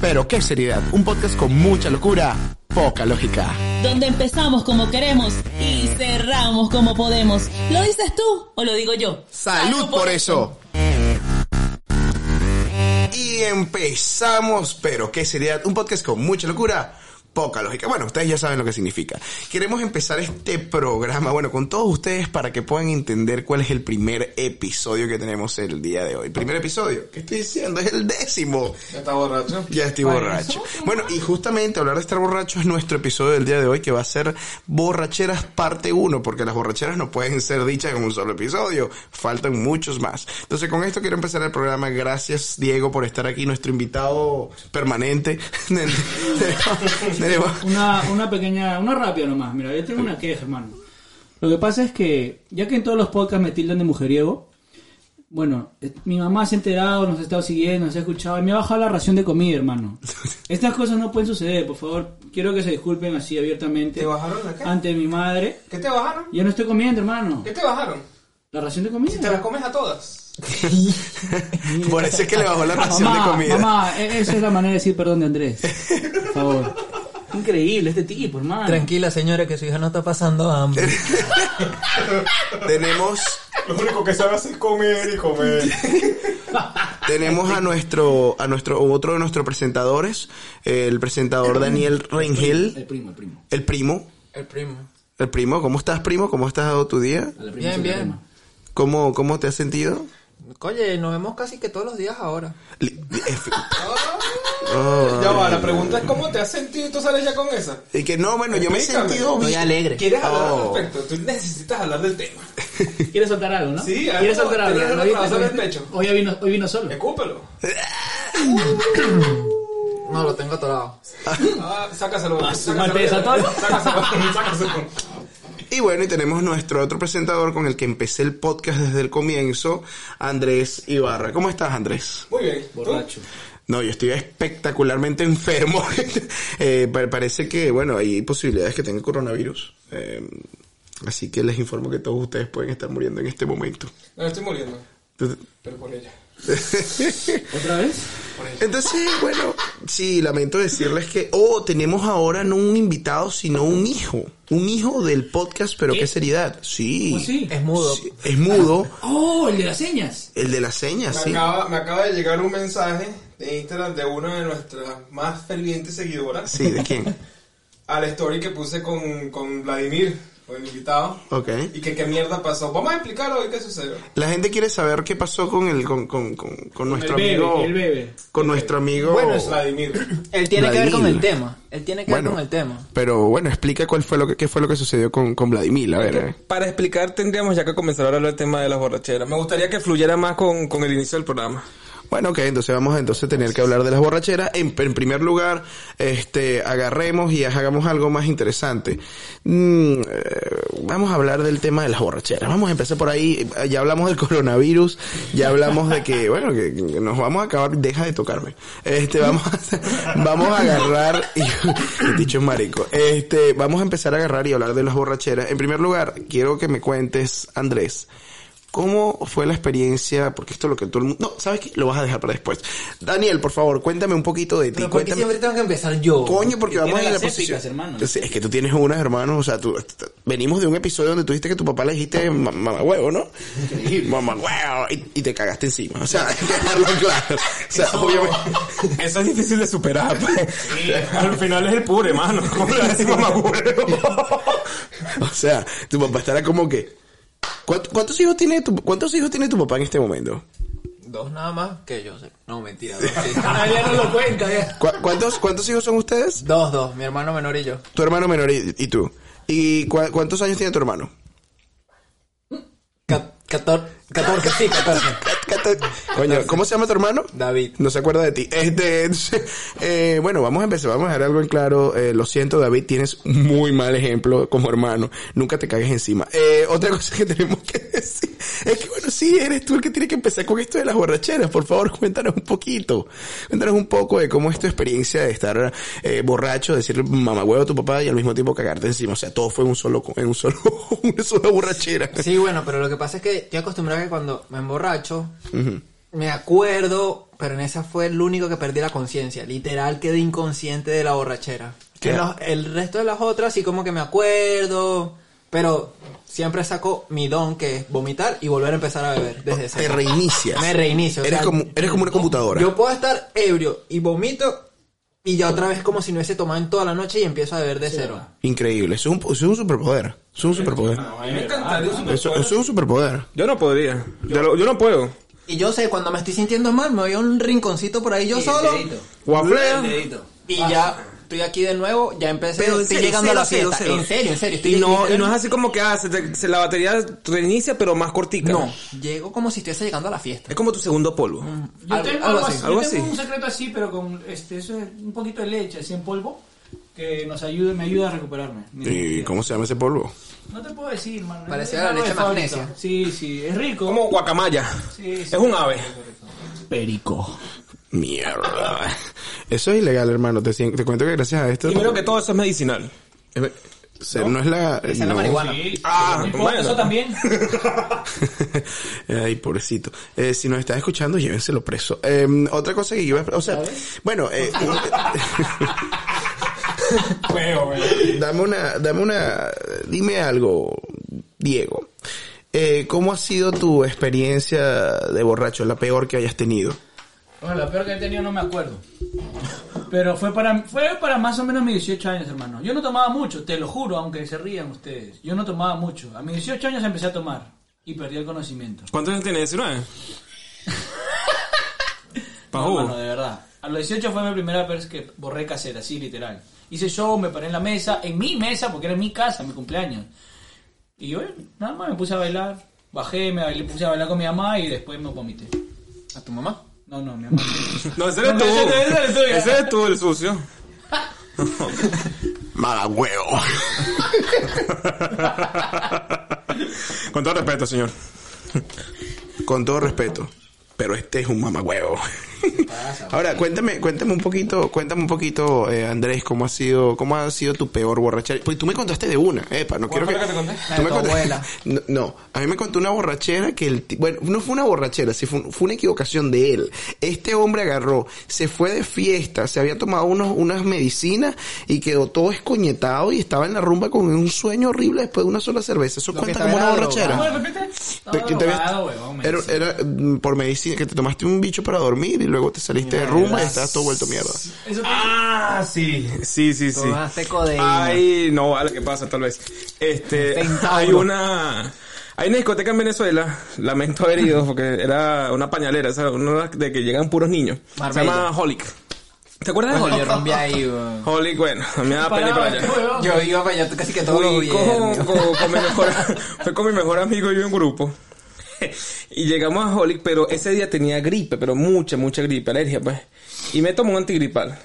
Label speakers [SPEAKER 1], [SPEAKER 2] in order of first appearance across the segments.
[SPEAKER 1] Pero qué seriedad, un podcast con mucha locura, poca lógica.
[SPEAKER 2] Donde empezamos como queremos y cerramos como podemos. ¿Lo dices tú o lo digo yo?
[SPEAKER 1] Salud por eso. Y empezamos, pero qué seriedad, un podcast con mucha locura. Poca lógica. Bueno, ustedes ya saben lo que significa. Queremos empezar este programa, bueno, con todos ustedes para que puedan entender cuál es el primer episodio que tenemos el día de hoy. Primer episodio, ¿qué estoy diciendo? Es el décimo.
[SPEAKER 3] Ya está borracho.
[SPEAKER 1] Ya estoy borracho. Bueno, y justamente hablar de estar borracho es nuestro episodio del día de hoy que va a ser borracheras parte 1, porque las borracheras no pueden ser dichas en un solo episodio, faltan muchos más. Entonces con esto quiero empezar el programa. Gracias Diego por estar aquí, nuestro invitado permanente. Tenemos-
[SPEAKER 4] Una, una pequeña, una rápida nomás. Mira, yo tengo una queja, hermano. Lo que pasa es que, ya que en todos los podcasts me tildan de mujeriego, bueno, eh, mi mamá se ha enterado, nos ha estado siguiendo, nos ha escuchado y me ha bajado la ración de comida, hermano. Estas cosas no pueden suceder, por favor. Quiero que se disculpen así abiertamente
[SPEAKER 3] ¿Te bajaron la qué?
[SPEAKER 4] ante mi madre.
[SPEAKER 3] ¿Qué te bajaron?
[SPEAKER 4] Ya no estoy comiendo, hermano.
[SPEAKER 3] ¿Qué te bajaron?
[SPEAKER 4] La ración de
[SPEAKER 3] Si te
[SPEAKER 4] comida.
[SPEAKER 3] las comes a todas.
[SPEAKER 1] por eso es que le bajó la ración
[SPEAKER 4] Mamá,
[SPEAKER 1] de comida.
[SPEAKER 4] mamá, e- esa es la manera de decir perdón de Andrés. Por favor. Increíble este tipo, hermano.
[SPEAKER 5] Tranquila señora que su hija no está pasando hambre.
[SPEAKER 1] Tenemos,
[SPEAKER 3] Lo único que sabe hacer es comer y comer.
[SPEAKER 1] tenemos a nuestro, a nuestro, otro de nuestros presentadores, el presentador Daniel
[SPEAKER 4] El
[SPEAKER 1] Rengel,
[SPEAKER 4] primo, el primo.
[SPEAKER 1] el primo.
[SPEAKER 5] El primo.
[SPEAKER 1] El primo, ¿cómo estás, primo? ¿Cómo has dado tu día?
[SPEAKER 4] A la prima
[SPEAKER 5] Bien,
[SPEAKER 4] se la
[SPEAKER 5] bien.
[SPEAKER 4] prima.
[SPEAKER 1] ¿Cómo, cómo te has sentido?
[SPEAKER 5] Oye, nos vemos casi que todos los días ahora.
[SPEAKER 1] Li- li- F- Ah.
[SPEAKER 3] Ya va, la pregunta es cómo te has sentido y tú sales ya con esa.
[SPEAKER 1] Oh. Y que no, bueno, yo me he
[SPEAKER 3] Explícame.
[SPEAKER 1] sentido bien.
[SPEAKER 5] alegre.
[SPEAKER 3] ¿Quieres hablar
[SPEAKER 1] Oh.
[SPEAKER 3] al respecto? Tú necesitas hablar del tema.
[SPEAKER 4] ¿Quieres soltar algo, no?
[SPEAKER 3] Sí,
[SPEAKER 4] ¿Quieres
[SPEAKER 3] algo,
[SPEAKER 4] soltar algo?
[SPEAKER 3] tenías
[SPEAKER 4] ¿No
[SPEAKER 3] algo para
[SPEAKER 4] viste?
[SPEAKER 3] hacer en el pecho.
[SPEAKER 4] Hoy ya vino, hoy vino solo.
[SPEAKER 3] Escúpelo.
[SPEAKER 5] No, lo tengo atorado.
[SPEAKER 3] Ah, sácaselo.
[SPEAKER 4] su
[SPEAKER 3] sácaselo,
[SPEAKER 4] madre,
[SPEAKER 3] sácaselo,
[SPEAKER 4] Satán.
[SPEAKER 3] sácaselo, sácaselo.
[SPEAKER 1] Y bueno, y tenemos nuestro otro presentador con el que empecé el podcast desde el comienzo, Andrés Ibarra. ¿Cómo estás, Andrés?
[SPEAKER 3] Muy bien. ¿Tú?
[SPEAKER 4] Borracho.
[SPEAKER 1] No, yo estoy espectacularmente enfermo. Eh, pa- parece que, bueno, hay posibilidades que tenga coronavirus. Eh, así que les informo que todos ustedes pueden estar muriendo en este momento.
[SPEAKER 3] No, estoy muriendo.
[SPEAKER 1] Entonces-
[SPEAKER 3] Pero por ella.
[SPEAKER 4] ¿Otra vez?
[SPEAKER 1] Entonces, bueno, sí, lamento decirles que, oh, tenemos ahora no un invitado, sino un hijo. Un hijo del podcast, pero qué, seriedad. Sí.
[SPEAKER 4] ¿O sí?
[SPEAKER 5] Pues Es mudo.
[SPEAKER 1] Sí, Es mudo.
[SPEAKER 4] ¡Oh, el de las señas!
[SPEAKER 1] El de las señas,
[SPEAKER 3] Me,
[SPEAKER 1] ¿Ah, sí.
[SPEAKER 3] acaba, me acaba de llegar un mensaje de Instagram de una de nuestras más fervientes seguidoras.
[SPEAKER 1] Sí, ¿de quién?
[SPEAKER 3] a la story que puse con, con Vladimir, con el invitado.
[SPEAKER 1] Ok.
[SPEAKER 3] Y que qué mierda pasó. Vamos a explicar hoy qué sucedió.
[SPEAKER 1] La gente quiere saber qué pasó con el, con, con, con, con nuestro
[SPEAKER 4] el bebé,
[SPEAKER 1] amigo.
[SPEAKER 4] el bebé.
[SPEAKER 1] Con nuestro amigo.
[SPEAKER 5] Bueno, es
[SPEAKER 3] Vladimir.
[SPEAKER 5] Él tiene que ver con
[SPEAKER 1] Vladimir.
[SPEAKER 5] el tema. Él tiene que ver con el tema.
[SPEAKER 1] Pero bueno, explica cuál fue lo que, qué fue lo que sucedió con, con Vladimir, a ver. eh.
[SPEAKER 3] Para explicar tendríamos ya que comenzar ahora el tema de las borracheras. Me gustaría que fluyera más con, con el inicio del programa.
[SPEAKER 1] Bueno, ok, entonces vamos a entonces tener que hablar de las borracheras. En, en primer lugar, este, agarremos y hagamos algo más interesante. Mm, eh, vamos a hablar del tema de las borracheras. Vamos a empezar por ahí. Eh, Ya hablamos del coronavirus, ya hablamos de que, bueno, que, que nos vamos a acabar. Deja de tocarme. Este, vamos a, vamos a agarrar y, dicho es marico. Este, vamos a empezar a agarrar y hablar de las borracheras. En primer lugar, quiero que me cuentes, Andrés. ¿Cómo fue la experiencia? Porque esto es lo que todo el mundo... No, ¿sabes qué? Lo vas a dejar para después. Daniel, por favor, cuéntame un poquito de ti.
[SPEAKER 5] Pero ¿por qué
[SPEAKER 1] Cuéntame...
[SPEAKER 5] siempre tengo que empezar yo?
[SPEAKER 1] Coño, porque
[SPEAKER 4] Tiene
[SPEAKER 1] vamos a ir a la
[SPEAKER 4] las
[SPEAKER 1] posición...
[SPEAKER 4] épicas, hermano.
[SPEAKER 1] Sí, Es que tú tienes unas, hermano. O sea, tú... t- t- Venimos de un episodio donde tú dijiste que tu papá le dijiste "Ma- mamá huevo, ¿no? mamá huevo. Y, y te cagaste encima. O sea, hay que dejarlo claro. O sea, obviamente...
[SPEAKER 3] Eso es difícil de superar. pues. Al final es el pure, mano. ¿Cómo le decimos más
[SPEAKER 1] O sea, tu papá estará como que... ¿Cuánto- ¿Cuántos hijos tiene tu, cuántos hijos tiene tu papá en este momento?
[SPEAKER 5] Dos nada más que yo sé. No, mentira. Dos, sí. Ah, ya no lo cuenta. ya.
[SPEAKER 1] ¿Cu- ¿Cuántos, cuántos hijos son ustedes?
[SPEAKER 5] Dos, dos. Mi hermano menor y yo.
[SPEAKER 1] Tu hermano menor y, y tú. ¿Y cua- cuántos años tiene tu hermano?
[SPEAKER 5] Ca- cator- Catorce, sí, catorce.
[SPEAKER 1] Coño, ¿cómo se llama tu hermano?
[SPEAKER 5] David.
[SPEAKER 1] No se acuerda de ti. Este, eh, bueno, vamos a empezar, vamos a dejar algo en claro. Eh, lo siento, David, tienes un muy mal ejemplo como hermano. Nunca te cagues encima. Eh, otra cosa que tenemos que decir es que, bueno, sí, eres tú el que tiene que empezar con esto de las borracheras. Por favor, cuéntanos un poquito. Cuéntanos un poco de cómo es tu experiencia de estar eh, borracho, decirle mamá huevo a tu papá y al mismo tiempo cagarte encima. O sea, todo fue en un solo, co- en un solo, una sola borrachera.
[SPEAKER 5] Sí, bueno, pero lo que pasa es que estoy acostumbrado a que cuando me emborracho, Me acuerdo, pero en esa fue el único que perdí la conciencia. Literal quedé inconsciente de la borrachera.
[SPEAKER 1] ¿Qué?
[SPEAKER 5] En los- el resto de las otras sí como que me acuerdo, pero siempre saco mi don que es vomitar y volver a empezar a beber desde
[SPEAKER 1] Te
[SPEAKER 5] cero.
[SPEAKER 1] reinicias.
[SPEAKER 5] Me reinicio. o
[SPEAKER 1] Eres
[SPEAKER 5] sea,
[SPEAKER 1] como, eres como una computadora.
[SPEAKER 5] Yo puedo estar ebrio y vomito y ya otra vez como si no hubiese tomado en toda la noche y empiezo a beber de cero.
[SPEAKER 1] Increíble. Eso es, un, eso es un superpoder. Eso es un superpoder.
[SPEAKER 3] Me encantaría un
[SPEAKER 1] Eso, eso
[SPEAKER 3] superpoder.
[SPEAKER 1] es un superpoder.
[SPEAKER 3] Yo no podría. Yo, lo- yo no puedo.
[SPEAKER 5] Y yo sé, cuando me estoy sintiendo mal, me voy a un rinconcito por ahí yo
[SPEAKER 6] Y el
[SPEAKER 5] solo
[SPEAKER 6] dedito.
[SPEAKER 3] Guaflea.
[SPEAKER 6] El dedito.
[SPEAKER 5] y ya estoy aquí de nuevo, ya empecé,
[SPEAKER 3] Pero en
[SPEAKER 5] estoy
[SPEAKER 3] serio,
[SPEAKER 5] llegando a la
[SPEAKER 3] cero,
[SPEAKER 5] fiesta.
[SPEAKER 3] cero, cero.
[SPEAKER 5] En serio, en serio. estoy
[SPEAKER 3] Y no, y no es
[SPEAKER 5] literalmente-
[SPEAKER 3] así como que ah, se te- se la batería reinicia, pero más cortica.
[SPEAKER 5] No, llego como si estuviese llegando a la fiesta.
[SPEAKER 3] Es como tu segundo polvo.
[SPEAKER 4] Yo
[SPEAKER 5] Algo-
[SPEAKER 4] tengo,
[SPEAKER 5] algo
[SPEAKER 4] algo
[SPEAKER 5] así,
[SPEAKER 4] así,
[SPEAKER 3] algo
[SPEAKER 4] yo tengo
[SPEAKER 3] así.
[SPEAKER 4] un secreto así, pero con este, eso es un poquito de leche, así en polvo, que nos ayuda, me ayuda a recuperarme.
[SPEAKER 1] ¿Y cómo se llama ese polvo?
[SPEAKER 4] No te puedo decir, mano.
[SPEAKER 5] Parecía
[SPEAKER 4] Es
[SPEAKER 5] la
[SPEAKER 4] algo de
[SPEAKER 5] leche
[SPEAKER 4] fábrica.
[SPEAKER 5] magnesia.
[SPEAKER 4] Sí, sí, es rico.
[SPEAKER 3] Como guacamaya.
[SPEAKER 4] Sí, sí.
[SPEAKER 3] Es un ave.
[SPEAKER 4] Perico.
[SPEAKER 1] Mierda. Eso es ilegal, hermano. Te, sien- te cuento que gracias a esto.
[SPEAKER 3] Primero que todo, eso es medicinal.
[SPEAKER 1] Eh, o sea, no es la.
[SPEAKER 5] es la
[SPEAKER 1] no.
[SPEAKER 5] marihuana.
[SPEAKER 4] Sí.
[SPEAKER 3] Ah,
[SPEAKER 4] ¿Y por
[SPEAKER 3] bueno.
[SPEAKER 4] Eso también.
[SPEAKER 1] Ay, pobrecito. Eh, si nos están escuchando, llévenselo preso. Eh, otra cosa que iba a... O sea, bueno... eh, dame una... Dame una... Dime algo, Diego. Eh, ¿Cómo ha sido tu experiencia de borracho? La peor que hayas tenido.
[SPEAKER 4] Bueno, la peor que he tenido no me acuerdo. Pero fue para, fue para más o menos mis 18 años, hermano. Yo no tomaba mucho, te lo juro, aunque se rían ustedes. Yo no tomaba mucho. A mis 18 años empecé a tomar y perdí el conocimiento.
[SPEAKER 3] ¿Cuántos años tiene? ¿19?
[SPEAKER 4] No,
[SPEAKER 3] Pajú.
[SPEAKER 4] hermano, de verdad. A los 18 fue mi primera vez que borré casera, así literal. Hice show, me paré en la mesa, en mi mesa, porque era en mi casa, mi cumpleaños. Y yo, nada más me puse a bailar. Bajé, me bailé, puse a bailar con mi mamá y después me vomité.
[SPEAKER 5] ¿A tu mamá?
[SPEAKER 4] No, no, mi mamá.
[SPEAKER 3] No, ese eres tú.
[SPEAKER 4] No, ese- ese eres tú, ya.
[SPEAKER 3] Ese eres tú, el sucio.
[SPEAKER 1] Mala huevo.
[SPEAKER 3] Con todo respeto, señor.
[SPEAKER 1] Con todo respeto. Pero este es un mamagüevo. Ahora, cuéntame, cuéntame un poquito, cuéntame un poquito, eh, Andrés, cómo ha sido, cómo ha sido tu peor borrachera. Pues tú me contaste de una, epa, no quiero que,
[SPEAKER 3] fue la que te conté?
[SPEAKER 1] Tú
[SPEAKER 5] La de
[SPEAKER 1] me
[SPEAKER 5] tu
[SPEAKER 1] contaste-
[SPEAKER 5] abuela.
[SPEAKER 1] No, no, a mí me contó una borrachera que el ti- bueno, no fue una borrachera, sí fue, un- fue una equivocación de él. Este hombre agarró, se fue de fiesta, se había tomado unos, unas medicinas y quedó todo escoñetado y estaba en la rumba con un sueño horrible después de una sola cerveza. Eso
[SPEAKER 5] Lo que
[SPEAKER 1] cuenta
[SPEAKER 5] estaba
[SPEAKER 1] como una
[SPEAKER 5] era
[SPEAKER 1] borrachera.
[SPEAKER 5] drogado.
[SPEAKER 1] Te- que te habías-
[SPEAKER 4] drogado, huevón, me
[SPEAKER 1] era,
[SPEAKER 4] decía.
[SPEAKER 1] era, mm, por medicina, que te tomaste un bicho para dormir y luego te saliste de rumba y estabas todo vuelto mierda.
[SPEAKER 4] Eso
[SPEAKER 3] Ah, sí. Sí, sí, sí.
[SPEAKER 5] Tomaste codeína.
[SPEAKER 3] Ay, no vale qué pasa, tal vez. Este,
[SPEAKER 5] Centauro.
[SPEAKER 3] hay una... Hay una discoteca en Venezuela, lamento haber ido porque era una pañalera, o sea, una de que llegan puros niños. Se
[SPEAKER 5] Marbella.
[SPEAKER 3] llama Holic. ¿Te acuerdas de
[SPEAKER 4] Pues
[SPEAKER 3] Holic?
[SPEAKER 5] Bueno, Pues yo rompí ahí, weón.
[SPEAKER 3] Holic, bueno, a mí me daba pena ir para allá.
[SPEAKER 5] Yo iba para allá casi que todos los
[SPEAKER 3] Fui con,
[SPEAKER 5] viernes.
[SPEAKER 3] con- con mi mejor, fue con mi mejor amigo y un grupo. Y llegamos a Holic, pero ese día tenía gripe, pero mucha, mucha gripe, alergia, pues. Y me tomó un antigripal.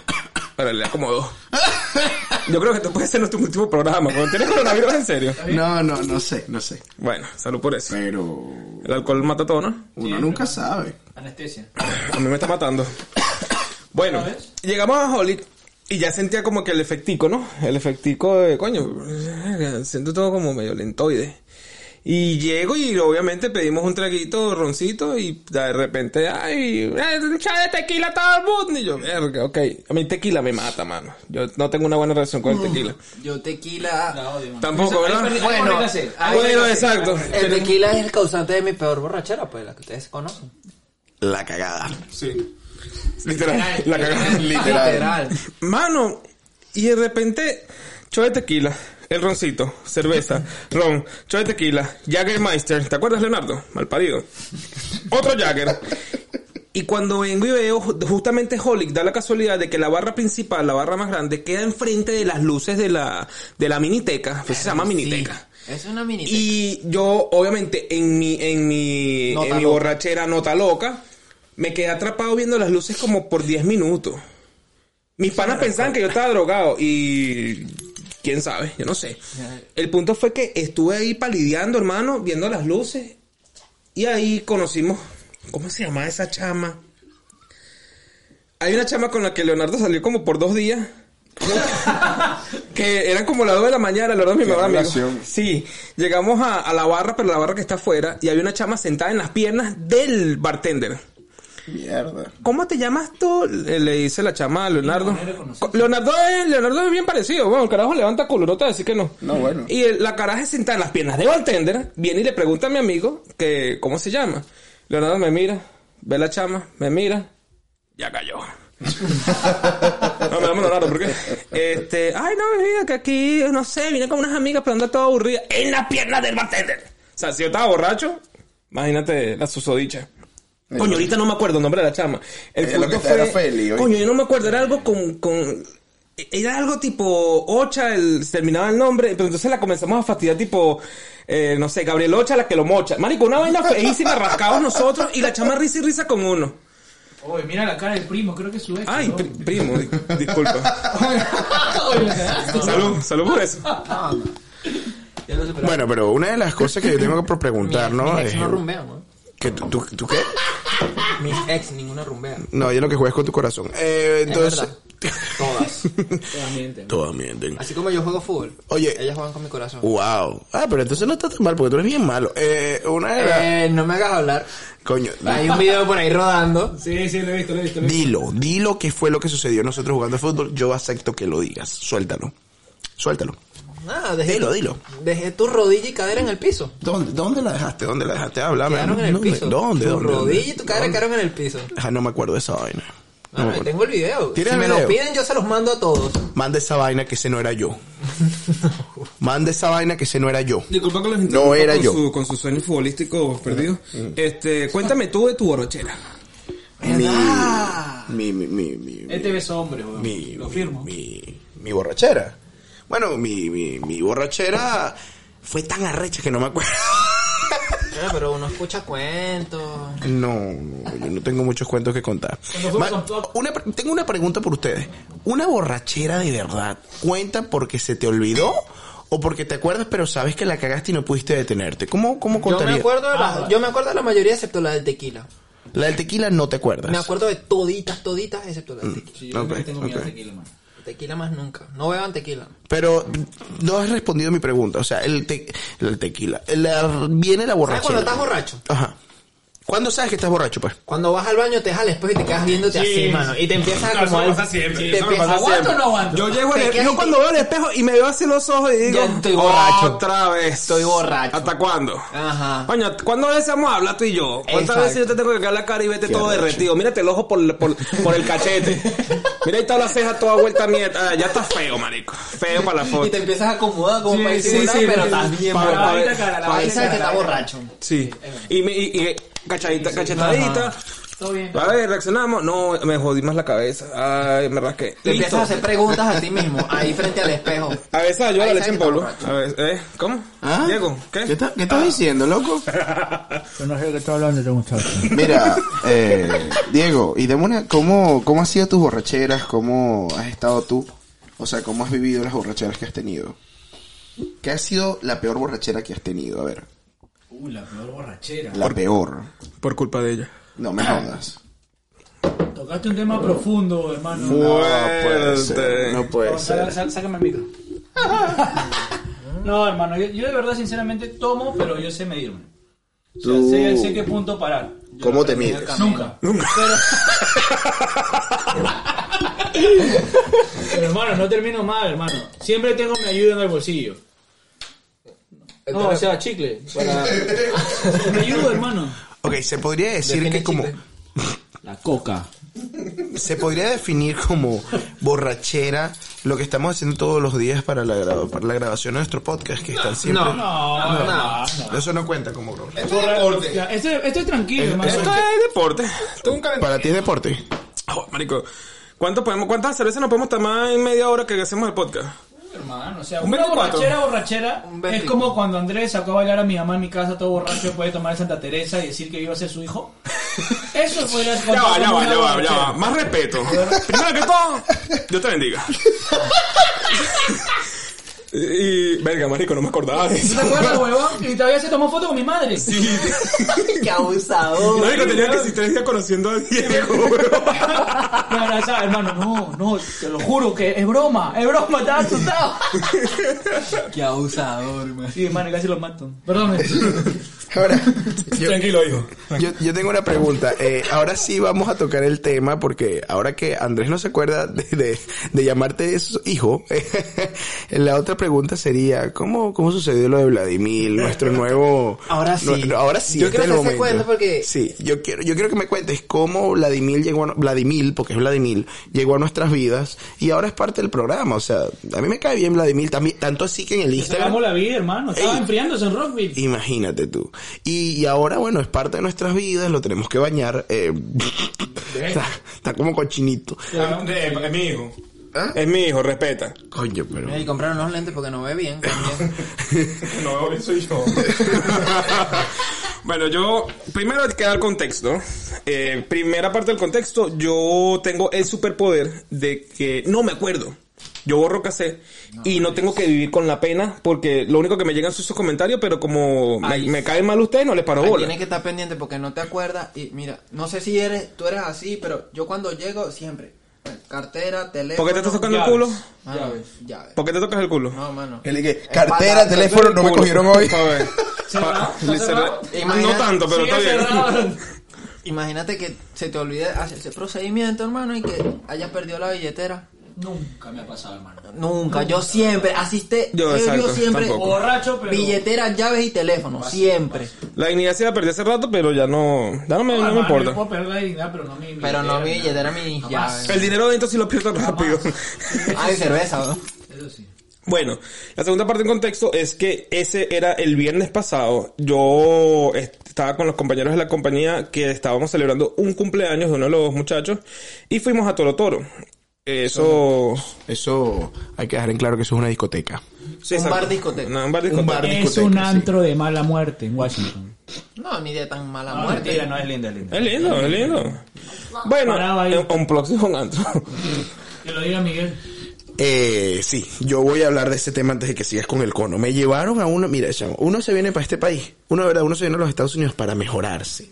[SPEAKER 3] Para le acomodó. Yo creo que esto puede ser nuestro último programa. Cuando tienes coronavirus, en serio.
[SPEAKER 1] No, no, no sé, no sé.
[SPEAKER 3] Bueno, salud por eso.
[SPEAKER 1] Pero
[SPEAKER 3] El alcohol mata todo, ¿no?
[SPEAKER 1] uno nunca sabe.
[SPEAKER 4] Anestesia.
[SPEAKER 3] A mí me está matando. Bueno,
[SPEAKER 4] ¿Sabes?
[SPEAKER 3] llegamos a Holic y ya sentía como que el efectico, ¿no? El efectico de coño, siento todo como medio lentoide. Y llego y obviamente pedimos un traguito, roncito y de repente, ay, eh, un chá de tequila a todo el mundo. Y yo, verga, ok. A mí tequila me mata, mano. Yo no tengo una buena relación con el tequila.
[SPEAKER 5] Yo tequila...
[SPEAKER 4] La odio, mano.
[SPEAKER 3] Tampoco,
[SPEAKER 4] Eso- ahí
[SPEAKER 3] ¿verdad?
[SPEAKER 4] perdí- ahí
[SPEAKER 5] Bueno,
[SPEAKER 4] perdí la sed.
[SPEAKER 5] ahí
[SPEAKER 3] Bueno,
[SPEAKER 5] sí, sí.
[SPEAKER 3] exacto.
[SPEAKER 5] El tequila es el causante de mi peor borrachera, pues, la que ustedes conocen.
[SPEAKER 1] La cagada.
[SPEAKER 3] Sí. Literal, la cagada.
[SPEAKER 5] Literal.
[SPEAKER 3] Mano, y de repente, show de tequila, el roncito, cerveza, ron, show de tequila, Jaggermeister. ¿Te acuerdas, Leonardo? Malparido. Otro Jagger. Y cuando vengo y veo, ju- justamente Holic da la casualidad de que la barra principal, la barra más grande, queda enfrente de las luces de la, de la miniteca. Pues se llama miniteca.
[SPEAKER 5] Sí, es una miniteca.
[SPEAKER 3] Y yo, obviamente, en mi, en mi,
[SPEAKER 5] Nota
[SPEAKER 3] en mi
[SPEAKER 5] loca.
[SPEAKER 3] borrachera nota loca, me quedé atrapado viendo las luces como por 10 minutos. Mis panas pensaban que yo estaba drogado y quién sabe, yo no sé. El punto fue que estuve ahí palideando, hermano, viendo las luces y ahí conocimos, ¿cómo se llama esa chama? Hay una chama con la que Leonardo salió como por dos días, que eran como las 2 de la mañana, la verdad, mi
[SPEAKER 6] Qué
[SPEAKER 3] mejor amigo.
[SPEAKER 6] relación.
[SPEAKER 3] Sí, llegamos a, a la barra, pero la barra que está afuera, y había una chama sentada en las piernas del bartender.
[SPEAKER 6] Mierda.
[SPEAKER 3] ¿Cómo te llamas tú? Le le dice la chama a Leonardo. Leonardo es, Leonardo es bien parecido. Bueno, el carajo levanta colorota, así que no.
[SPEAKER 6] No, bueno.
[SPEAKER 3] Y el- la caraja sentada en las piernas de bartender viene y le pregunta a mi amigo que cómo se llama. Leonardo me mira, ve la chama, me mira, ya cayó. no, me damos Leonardo, ¿por qué? Este, ay, no, mi vida, que aquí, no sé, vine con unas amigas, pero anda toda aburrida en las piernas del bartender. O sea, si yo estaba borracho, imagínate la susodicha. Coño, ahorita no me acuerdo el nombre de la chama. El
[SPEAKER 6] Ella lo
[SPEAKER 3] punto
[SPEAKER 6] que está era Feli, oye.
[SPEAKER 3] Coño, yo no me acuerdo, era algo con... con- Era algo tipo Ocha, el, se terminaba el nombre, pero entonces la comenzamos a fastidiar tipo, eh, no sé, Gabriel Ocha, la que lo mocha. Marico, una vaina feísima, rascados nosotros y la chama risa y risa con uno.
[SPEAKER 4] Oye, mira la cara del primo, creo que es su ex.
[SPEAKER 3] Ay,
[SPEAKER 4] ¿no?
[SPEAKER 3] pri- primo, di- disculpa.
[SPEAKER 4] Oye, la cagaste.
[SPEAKER 3] Salud, salud por eso.
[SPEAKER 1] Bueno, pero una de las cosas que yo tengo que preguntar, ¿no?
[SPEAKER 5] Mis ex
[SPEAKER 1] Es
[SPEAKER 5] no rumbean, weón.
[SPEAKER 1] que tú, tú- ¿tú qué?
[SPEAKER 5] Mis ex ninguna rumbea.
[SPEAKER 1] No, yo lo que juego es con tu corazón. Eh, entonces,
[SPEAKER 5] verdad. Todas.
[SPEAKER 1] todas mienten.
[SPEAKER 5] Así como yo juego fútbol.
[SPEAKER 1] Oye.
[SPEAKER 5] Ellas juegan con mi corazón.
[SPEAKER 1] Wow. Ah, pero entonces no estás tan mal porque tú eres bien malo. Eh, una de las...
[SPEAKER 5] Eh, no me hagas hablar.
[SPEAKER 1] Coño,
[SPEAKER 5] Hay un video por ahí rodando.
[SPEAKER 4] Sí, sí, lo he visto, lo he visto. Lo he visto.
[SPEAKER 1] dilo, dilo qué fue lo que sucedió nosotros jugando al fútbol. Yo acepto que lo digas. Suéltalo. Suéltalo.
[SPEAKER 5] Nada, dejé,
[SPEAKER 1] Dilo, dilo.
[SPEAKER 5] Dejé tu rodilla y cadera en el piso.
[SPEAKER 1] ¿Dónde, dónde la dejaste? ¿Dónde la dejaste? Háblame.
[SPEAKER 5] Quedaron en el
[SPEAKER 1] ¿Dónde?
[SPEAKER 5] piso.
[SPEAKER 1] ¿Dónde?
[SPEAKER 5] Tu
[SPEAKER 1] ¿Dónde?
[SPEAKER 5] rodilla y
[SPEAKER 1] ¿Dónde?
[SPEAKER 5] tu cadera quedaron en el piso.
[SPEAKER 1] Ajá, no me acuerdo de esa vaina. No
[SPEAKER 5] Ah,
[SPEAKER 1] me acuerdo.
[SPEAKER 5] tengo el video. Si
[SPEAKER 1] ¿Tienes
[SPEAKER 5] me
[SPEAKER 1] el
[SPEAKER 5] lo
[SPEAKER 1] video?
[SPEAKER 5] piden, yo se los mando a todos.
[SPEAKER 1] Manda esa vaina que ese no era yo. Manda esa vaina que ese no era yo.
[SPEAKER 3] Disculpa que los
[SPEAKER 1] No era
[SPEAKER 3] con
[SPEAKER 1] yo.
[SPEAKER 3] Su, con sus sueños futbolísticos perdidos. Este, cuéntame tú de tu borrachera.
[SPEAKER 1] Mi, mi, mi, mi, mi,
[SPEAKER 4] Este es hombre, weón.
[SPEAKER 1] mi,
[SPEAKER 4] lo firmo.
[SPEAKER 1] mi- mi borrachera. Bueno, mi, mi, mi borrachera fue tan arrecha que no me acuerdo.
[SPEAKER 5] Eh, pero uno escucha cuentos.
[SPEAKER 1] No, no, yo no tengo muchos cuentos que contar.
[SPEAKER 4] Cuando fuimos
[SPEAKER 1] Ma-
[SPEAKER 4] con Flock.
[SPEAKER 1] una pre- tengo una pregunta por ustedes. ¿Una borrachera de verdad cuenta porque se te olvidó o porque te acuerdas pero sabes que la cagaste y no pudiste detenerte? ¿Cómo, cómo
[SPEAKER 5] Yo me,
[SPEAKER 1] contaría?
[SPEAKER 5] acuerdo de
[SPEAKER 1] Ah,
[SPEAKER 5] la, yo me acuerdo de la mayoría excepto la del tequila.
[SPEAKER 1] La del tequila no te acuerdas.
[SPEAKER 5] Me acuerdo de toditas, toditas excepto
[SPEAKER 1] Mm.
[SPEAKER 5] la del tequila.
[SPEAKER 4] Sí, yo
[SPEAKER 1] Ok,
[SPEAKER 4] también tengo miedo
[SPEAKER 1] ok.
[SPEAKER 4] a tequila, man.
[SPEAKER 5] Tequila más nunca. No beban tequila.
[SPEAKER 1] Pero no has respondido a mi pregunta. O sea, el, te- el tequila. La- viene la borrachera.
[SPEAKER 5] ¿Sabes Ah, cuando estás borracho?
[SPEAKER 1] Ajá. ¿Cuándo sabes que estás borracho, pues?
[SPEAKER 5] Cuando vas al baño te dejas al espejo y te quedas viéndote así, mano. Y te empiezas a
[SPEAKER 3] No, eso
[SPEAKER 5] acomodar.
[SPEAKER 3] me pasa siempre,
[SPEAKER 5] Te
[SPEAKER 3] eso me
[SPEAKER 5] empiezas-
[SPEAKER 3] pasa
[SPEAKER 5] ¿Aguanto
[SPEAKER 3] siempre.
[SPEAKER 5] o no aguanto?
[SPEAKER 3] Yo llego al
[SPEAKER 5] Te
[SPEAKER 3] espejo,
[SPEAKER 5] quedas
[SPEAKER 3] yo
[SPEAKER 5] y-
[SPEAKER 3] cuando veo el espejo y me veo hacia los ojos y digo,
[SPEAKER 5] Ya estoy borracho.
[SPEAKER 3] otra vez.
[SPEAKER 5] Estoy borracho.
[SPEAKER 3] ¿Hasta cuándo?
[SPEAKER 5] Ajá.
[SPEAKER 3] Coño, ¿cuándo deseamos hablar tú y yo? ¿Cuántas
[SPEAKER 5] Exacto.
[SPEAKER 3] veces yo te tengo que cagar la cara y vete todo
[SPEAKER 1] arrecho.
[SPEAKER 3] derretido? Mírate el ojo por, por, por el cachete. Mira ahí está la ceja toda vuelta a mierda. Ah, ya está feo, marico. Feo para la foto.
[SPEAKER 5] Y te empiezas a acomodar como
[SPEAKER 4] Sí,
[SPEAKER 5] para
[SPEAKER 4] sí,
[SPEAKER 5] disimular,
[SPEAKER 4] sí,
[SPEAKER 5] pero
[SPEAKER 4] sí,
[SPEAKER 5] estás
[SPEAKER 4] sí.
[SPEAKER 5] bien
[SPEAKER 3] Pa-
[SPEAKER 5] borracho.
[SPEAKER 3] pa-
[SPEAKER 4] Ahorita cara, la
[SPEAKER 5] Ahí
[SPEAKER 4] vaina
[SPEAKER 5] sabes que
[SPEAKER 4] cara.
[SPEAKER 5] está borracho.
[SPEAKER 3] Sí. Y, me, y, y cachadita, cachetadita.
[SPEAKER 4] Todo bien.
[SPEAKER 3] A ver, reaccionamos. No, me jodí más la cabeza. Ay, me rasqué.
[SPEAKER 5] Te
[SPEAKER 3] Listo.
[SPEAKER 5] empiezas a hacer preguntas a ti mismo, ahí frente al espejo.
[SPEAKER 3] A veces ayuda la
[SPEAKER 5] Ahí
[SPEAKER 3] leche en
[SPEAKER 5] está
[SPEAKER 3] polvo.
[SPEAKER 5] borracho.
[SPEAKER 3] A ver, ¿eh? ¿Cómo?
[SPEAKER 5] Ah.
[SPEAKER 3] Diego, ¿qué?
[SPEAKER 1] ¿Qué, estás- qué estás diciendo, loco?
[SPEAKER 4] Yo no sé de qué estoy hablando, tengo muchacho.
[SPEAKER 6] Mira, eh, Diego, y dame una, ¿cómo, ¿cómo han sido tus borracheras? ¿Cómo has estado tú? O sea, ¿cómo has vivido las borracheras que has tenido? ¿Qué ha sido la peor borrachera que has tenido? A ver,
[SPEAKER 4] Uh, la peor borrachera.
[SPEAKER 6] la peor.
[SPEAKER 3] Por culpa de ella.
[SPEAKER 6] No me jodas.
[SPEAKER 4] Tocaste un tema profundo, hermano.
[SPEAKER 3] Puede ser.
[SPEAKER 6] No puede
[SPEAKER 4] No, sá-
[SPEAKER 6] ser.
[SPEAKER 4] sá- Sácame el micro. No, hermano, yo, yo de verdad, sinceramente, tomo, pero yo sé medirme. O sea,
[SPEAKER 6] Tú-
[SPEAKER 4] sé, sé qué punto parar. Yo
[SPEAKER 6] ¿Cómo
[SPEAKER 4] no
[SPEAKER 6] te
[SPEAKER 4] sé medir
[SPEAKER 3] Eh,
[SPEAKER 6] mides?
[SPEAKER 4] camino. Nunca. Nunca. Pero... Pero, hermano, no termino mal, hermano. Siempre tengo mi ayuda en el bolsillo. No, o sea, chicle. Para... me ayudo, hermano.
[SPEAKER 1] Ok, se podría decir
[SPEAKER 5] Define
[SPEAKER 1] que como...
[SPEAKER 5] chiste.
[SPEAKER 4] La coca.
[SPEAKER 1] Se podría definir como borrachera lo que estamos haciendo todos los días para la, gra- para la grabación de nuestro podcast, que están siempre...
[SPEAKER 5] No,
[SPEAKER 4] No,
[SPEAKER 5] no.
[SPEAKER 1] Eso no cuenta como borracho.
[SPEAKER 4] Ya, Este, este es tranquilo, hermano.
[SPEAKER 3] Esto es deporte. Esto es un calentamiento.
[SPEAKER 1] ¿Para ti es deporte?
[SPEAKER 3] Ah, marico. ¿Cuánto podemos, ¿Cuántas cervezas nos podemos tomar en media hora que hacemos el podcast?
[SPEAKER 4] Hermano, o sea,
[SPEAKER 3] Un
[SPEAKER 4] una
[SPEAKER 3] 24.
[SPEAKER 4] borrachera, borrachera,
[SPEAKER 5] Un
[SPEAKER 4] es
[SPEAKER 5] 24.
[SPEAKER 4] como cuando Andrés sacó a bailar a mi mamá en mi casa todo borracho después de tomar Santa Teresa y decir que iba a ser su hijo. Eso podría ser
[SPEAKER 3] Ya va, ya va, ya va, ya va. Más respeto. Primero que todo, Dios te bendiga. Y, verga, marico, no me acordaba de
[SPEAKER 4] ¿Tú
[SPEAKER 3] eso.
[SPEAKER 4] te acuerdas, huevón? Y todavía se tomó foto con mi madre.
[SPEAKER 5] ¡Qué abusador!
[SPEAKER 3] Marico, tenía que si tres días conociendo a Diego, weón.
[SPEAKER 4] Me abrazaba, hermano. No, no, te lo juro que es broma. Es broma, estaba asustado.
[SPEAKER 5] ¡Qué abusador, man!
[SPEAKER 4] Sí, hermano, casi lo mato. Perdón. eh.
[SPEAKER 1] Ahora, yo,
[SPEAKER 3] Tranquilo, hijo.
[SPEAKER 1] yo, yo tengo una pregunta. Eh, ahora sí vamos a tocar el tema porque ahora que Andrés no se acuerda de, de, de llamarte su hijo, la otra pregunta sería, ¿cómo, ¿cómo sucedió lo de Vladimir, nuestro nuevo...
[SPEAKER 5] Ahora sí.
[SPEAKER 1] nu- ahora sí,
[SPEAKER 5] Yo
[SPEAKER 1] este
[SPEAKER 5] quiero
[SPEAKER 1] es el
[SPEAKER 5] que se
[SPEAKER 1] momento.
[SPEAKER 5] cuente porque-
[SPEAKER 1] Sí, yo quiero, yo quiero que me cuentes cómo Vladimir llegó a... Vladimir, porque es Vladimir, llegó a nuestras vidas y ahora es parte del programa. O sea, a mí me cae bien Vladimir, también, tanto así que en el
[SPEAKER 4] Se
[SPEAKER 1] Instagram...
[SPEAKER 4] acabó la vida, hermano. Estaba
[SPEAKER 1] Ey.
[SPEAKER 4] enfriándose en Rockville.
[SPEAKER 1] Imagínate tú. Y, y ahora, bueno, es parte de nuestras vidas, lo tenemos que bañar. eh, está, está como cochinito.
[SPEAKER 3] Ah, eh, Es mi hijo.
[SPEAKER 1] ¿Ah?
[SPEAKER 3] Es mi hijo, respeta.
[SPEAKER 1] Coño, pero...
[SPEAKER 5] Y compraron los lentes porque no ve bien. también.
[SPEAKER 3] No, soy yo. bueno, yo primero hay que dar contexto. Eh, primera parte del contexto, yo tengo el superpoder de que no me acuerdo. Yo borro casé y no tengo que vivir con la pena porque lo único que me llegan son sus comentarios, pero como me,
[SPEAKER 5] Ay.
[SPEAKER 3] me caen mal ustedes, no les paro
[SPEAKER 5] Ahí
[SPEAKER 3] bola.
[SPEAKER 5] Tienes que estar pendiente porque no te acuerdas. Y mira, no sé si eres, tú eres así, pero yo cuando llego siempre. eh, Cartera, teléfono.
[SPEAKER 3] ¿Por qué te estás tocando
[SPEAKER 4] llaves.
[SPEAKER 3] el culo?
[SPEAKER 5] Mano, llaves.
[SPEAKER 3] ¿Por qué te tocas el culo?
[SPEAKER 5] No, mano.
[SPEAKER 6] Él y que,
[SPEAKER 5] Espalda,
[SPEAKER 6] cartera, teléfono, no me
[SPEAKER 3] Culo.
[SPEAKER 6] cogieron hoy.
[SPEAKER 3] A ver.
[SPEAKER 4] ¿Cerrado? ¿Está
[SPEAKER 3] Ah, Le cerré-
[SPEAKER 4] cerrado?
[SPEAKER 5] Imagina-
[SPEAKER 3] No tanto, pero está
[SPEAKER 4] Sigue
[SPEAKER 3] bien.
[SPEAKER 4] cerrado.
[SPEAKER 5] Imagínate que se te olvide hacer ese procedimiento, hermano, y que hayas perdido la billetera.
[SPEAKER 4] Nunca me ha pasado, hermano.
[SPEAKER 5] Nunca, yo siempre, asiste,
[SPEAKER 3] Yo,
[SPEAKER 5] yo,
[SPEAKER 3] exacto,
[SPEAKER 5] siempre,
[SPEAKER 3] tampoco.
[SPEAKER 4] Borracho, pero-
[SPEAKER 5] billeteras, llaves y teléfono, siempre.
[SPEAKER 3] La dignidad sí la perdí hace rato, pero ya no, ya no me, no me
[SPEAKER 4] Hermano,
[SPEAKER 3] importa.
[SPEAKER 4] yo puedo perder la dignidad, pero no mi
[SPEAKER 5] Pero no mi billetera, mi
[SPEAKER 4] Jamás.
[SPEAKER 5] llave.
[SPEAKER 3] El dinero adentro sí lo pierdo rápido.
[SPEAKER 5] Ay, Ah, cerveza, ¿no?
[SPEAKER 4] Eso sí.
[SPEAKER 3] Bueno, la segunda parte del contexto es que ese era el viernes pasado. Yo est- estaba con los compañeros de la compañía que estábamos celebrando un cumpleaños de uno de los muchachos y fuimos a Toro Toro. Eso.
[SPEAKER 1] Eso hay que dejar en claro que eso es una discoteca.
[SPEAKER 3] sí,
[SPEAKER 5] Un
[SPEAKER 3] exacto.
[SPEAKER 5] bar discoteca.
[SPEAKER 3] No, un bar discoteca.
[SPEAKER 1] Un bar.
[SPEAKER 4] Es
[SPEAKER 1] discoteca,
[SPEAKER 4] un
[SPEAKER 1] sí.
[SPEAKER 4] antro de mala muerte en Washington.
[SPEAKER 5] No, ni de tan mala muerte.
[SPEAKER 4] no es linda, es linda.
[SPEAKER 3] Es lindo, es lindo. Bueno,
[SPEAKER 4] Paraba ahí.
[SPEAKER 3] eh, un próximo antro.
[SPEAKER 4] Que lo diga Miguel.
[SPEAKER 1] Eh, sí, yo voy a hablar de ese tema antes de que sigas con el cono. Me llevaron a uno, mira, chamo, uno se viene para este país, uno de verdad, uno se viene a los Estados Unidos para mejorarse,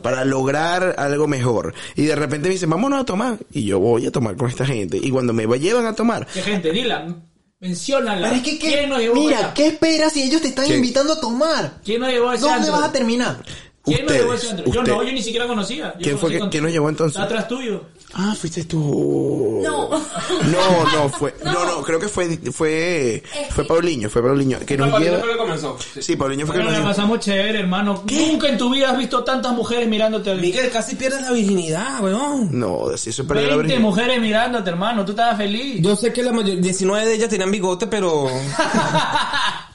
[SPEAKER 1] para lograr algo mejor. Y de repente me dicen, vámonos a tomar. Y yo voy a tomar con esta gente. Y cuando me llevan a tomar,
[SPEAKER 4] ¿Qué gente? Dila. Menciónala.
[SPEAKER 5] Pero es que, ¿qué?
[SPEAKER 4] ¿Quién nos llevó
[SPEAKER 5] mira,
[SPEAKER 4] allá?
[SPEAKER 5] ¿qué esperas si ellos te están
[SPEAKER 1] ¿Qué?
[SPEAKER 5] invitando a tomar?
[SPEAKER 4] ¿Quién nos llevó a ese
[SPEAKER 5] ¿Dónde
[SPEAKER 4] antro?
[SPEAKER 5] vas a terminar?
[SPEAKER 4] ¿Quién nos llevó a ese
[SPEAKER 1] Ustedes,
[SPEAKER 4] antro? Yo no,
[SPEAKER 1] ustedes.
[SPEAKER 4] yo ni siquiera conocía. Yo
[SPEAKER 1] ¿Quién fue
[SPEAKER 4] conocí
[SPEAKER 1] que-
[SPEAKER 4] con-
[SPEAKER 1] quién nos llevó entonces?
[SPEAKER 4] Está atrás tuyo.
[SPEAKER 1] Ah, fuiste tú.
[SPEAKER 7] No.
[SPEAKER 1] No, no, fue. No, no, creo que fue. Fue. Fue Paulinho, fue Paulinho. Que nos lleva.
[SPEAKER 3] comenzó.
[SPEAKER 1] Sí, Paulinho fue que
[SPEAKER 4] Pero
[SPEAKER 1] nos
[SPEAKER 4] la
[SPEAKER 1] lleva.
[SPEAKER 4] pasamos chévere, hermano. Nunca en tu vida has visto tantas mujeres mirándote al
[SPEAKER 3] Miguel, casi pierdes la virginidad, weón.
[SPEAKER 1] No, así eso perdió la
[SPEAKER 4] 20
[SPEAKER 1] virginidad.
[SPEAKER 4] mujeres mirándote, hermano. Tú estabas feliz.
[SPEAKER 3] Yo sé que la mayoría, 19 de ellas tenían bigote, pero.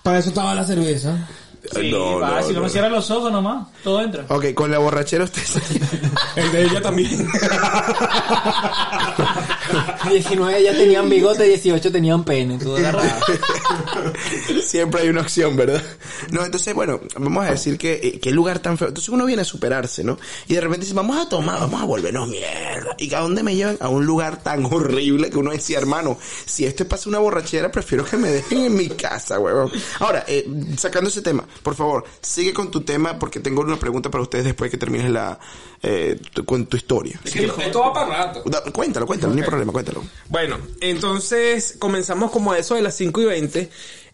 [SPEAKER 3] Para eso estaba la cerveza.
[SPEAKER 4] Sí,
[SPEAKER 1] no,
[SPEAKER 4] va,
[SPEAKER 1] no,
[SPEAKER 4] si no,
[SPEAKER 1] no.
[SPEAKER 4] me cierras los ojos nomás, todo entra.
[SPEAKER 1] Ok, con la borrachera usted salió.
[SPEAKER 3] El de ella también.
[SPEAKER 5] 19 ya tenían bigote, 18 tenían pene. Tú de la rara.
[SPEAKER 1] Siempre hay una opción, ¿verdad? No, entonces, bueno, vamos a decir que eh, qué lugar tan feo. Entonces uno viene a superarse, ¿no? Y de repente dice, vamos a tomar, vamos a volvernos mierda. ¿Y a dónde me llevan? A un lugar tan horrible que uno decía, hermano, si esto pasa una borrachera, prefiero que me dejen en mi casa, huevón. Ahora, eh, sacando ese tema, por favor, sigue con tu tema porque tengo una pregunta para ustedes después que termines la, eh, tu- con tu historia.
[SPEAKER 3] Esto va para rato.
[SPEAKER 1] Da- Cuéntalo, cuéntalo, no hay problema, cuéntalo.
[SPEAKER 3] Bueno, entonces comenzamos como a eso de las 5 y 20.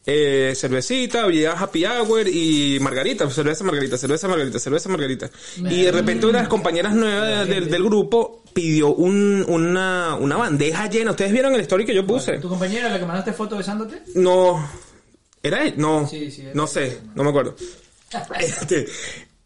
[SPEAKER 3] Eh, cervecita, había happy hour y margarita, cerveza, margarita, cerveza, margarita, cerveza, margarita. Y de repente una de las compañeras nuevas del, del grupo pidió un, una, una bandeja llena. ¿Ustedes vieron el story que yo puse?
[SPEAKER 4] ¿Tu compañera, la que mandaste foto besándote?
[SPEAKER 3] No. ¿Era él? No.
[SPEAKER 4] Sí, sí, era
[SPEAKER 3] no sé, no me acuerdo. Este,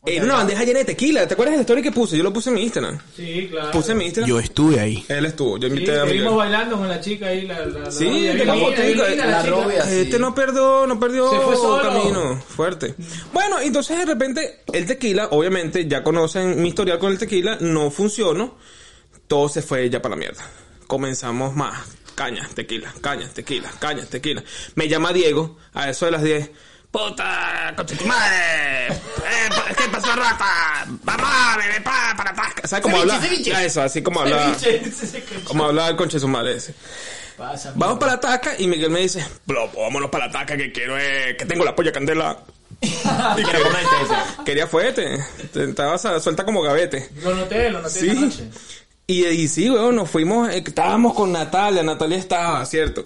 [SPEAKER 3] era una bandeja llena de tequila. ¿Te acuerdas del story que puse? Yo lo puse en mi Instagram.
[SPEAKER 4] Sí, claro.
[SPEAKER 3] Puse en mi Instagram.
[SPEAKER 1] Yo estuve ahí.
[SPEAKER 3] Él estuvo, yo
[SPEAKER 4] Sí,
[SPEAKER 3] invité a
[SPEAKER 4] seguimos
[SPEAKER 3] Miguel.
[SPEAKER 4] bailando con la chica ahí, la, la,
[SPEAKER 3] Sí,
[SPEAKER 4] la,
[SPEAKER 3] de la
[SPEAKER 4] mira,
[SPEAKER 3] botica,
[SPEAKER 4] mira, la
[SPEAKER 5] la
[SPEAKER 4] chica.
[SPEAKER 5] rubia. así.
[SPEAKER 3] Este no perdió, no perdió
[SPEAKER 4] Se fue solo.
[SPEAKER 3] camino. Fuerte. Bueno, entonces de repente el tequila, obviamente ya conocen mi historial con el tequila, no funcionó. Todo se fue ya para la mierda. Comenzamos más. Caña, tequila, caña, tequila, caña, tequila. Me llama Diego a eso de las 10. ¡Puta! ¡Concha de tu madre! Eh, ¿Qué pasó, rata? ¡Vamos a beber pa, para atrás! ¿Sabes cómo habla? Ah, Eso, así como habla. Como hablaba el concha de su madre ese.
[SPEAKER 4] Pasa,
[SPEAKER 3] Vamos para la taca y Miguel me dice, "Bro, vámonos para la taca que quiero, eh, que tengo la polla candela. Y que- quería fuerte, estaba sa- suelta como gavete.
[SPEAKER 4] Lo noté, lo noté
[SPEAKER 3] Sí.
[SPEAKER 4] esta noche.
[SPEAKER 3] Y, y sí, weón, nos fuimos, eh, estábamos con Natalia, Natalia estaba, ¿cierto?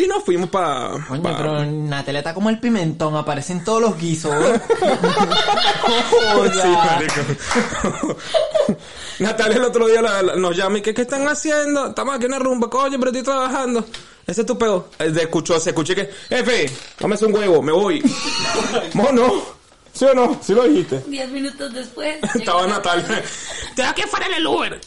[SPEAKER 3] Y nos fuimos para...
[SPEAKER 5] Coño, pero Natalia está como el pimentón, aparecen todos los guisos. ¿eh?
[SPEAKER 3] Sí,
[SPEAKER 5] Joda.
[SPEAKER 3] Oh, marico. Natalia el otro día la- la- nos llama y que, ¿qué están haciendo? Estamos aquí en una rumba, coño, pero estoy trabajando. Ese es tu peo. Eh, de- Escuchó, se escuché que, jefe, tómese un huevo, me voy. Mono, ¿sí o no? ¿Sí lo dijiste?
[SPEAKER 7] Diez minutos después.
[SPEAKER 3] Estaba
[SPEAKER 7] llegó
[SPEAKER 3] Natalia. Te da que fuera en el Uber.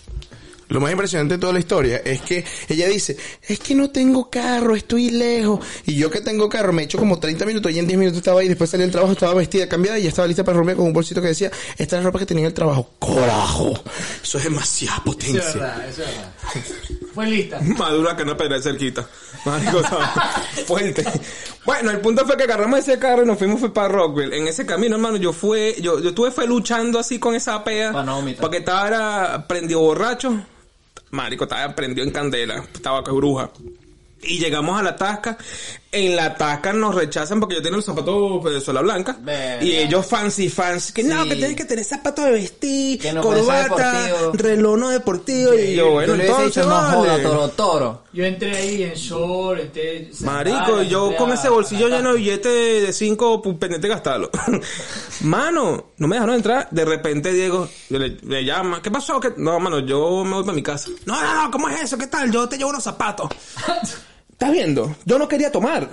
[SPEAKER 1] Lo más impresionante de toda la historia es que ella dice, es que no tengo carro, estoy lejos. Y yo que tengo carro, me echo como 30 minutos y en 10 minutos estaba ahí, después salí del trabajo, estaba vestida, cambiada y ya estaba lista para romper con un bolsito que decía, esta es la ropa que tenía en el trabajo. Corajo. Eso es demasiada potencia.
[SPEAKER 5] eso es verdad.
[SPEAKER 4] Fue lista.
[SPEAKER 3] Madura que no pedré cerquita. Marico, ¿sabes? Fuerte. Bueno, el punto fue que agarramos ese carro y nos fuimos fue para Rockwell. En ese camino, hermano, yo fue, yo, yo estuve fue luchando así con esa pea.
[SPEAKER 5] Pa' no vomitar.
[SPEAKER 3] Porque estaba era, prendido borracho. Marico, estaba prendido en candela. Estaba que bruja. Y llegamos a la tasca. En la tasca nos rechazan porque yo tenía los zapatos de suela blanca.
[SPEAKER 5] Verga.
[SPEAKER 3] Y ellos fancy, fancy. Que no,
[SPEAKER 5] Sí.
[SPEAKER 3] que tienes que tener zapatos de vestir,
[SPEAKER 5] Que no puede ser
[SPEAKER 3] corbata,
[SPEAKER 5] deportivo.
[SPEAKER 3] reloj no deportivo. Y yo, bueno,
[SPEAKER 5] Yo le hubiese
[SPEAKER 3] entonces,
[SPEAKER 5] dicho, no joda,
[SPEAKER 3] vale".
[SPEAKER 5] toro, toro.
[SPEAKER 4] Yo entré ahí en short, entré...
[SPEAKER 3] Marico, yo con ese bolsillo lleno de
[SPEAKER 4] y
[SPEAKER 3] billetes de 5, pendiente gastarlo. mano, no me dejaron entrar. De repente Diego yo le, le llama. ¿Qué pasó? ¿Qué-?" No, mano, yo me voy para mi casa. No, no, no, ¿cómo es eso? ¿Qué tal? Yo te llevo unos zapatos. ¿Estás viendo? Yo no quería tomar.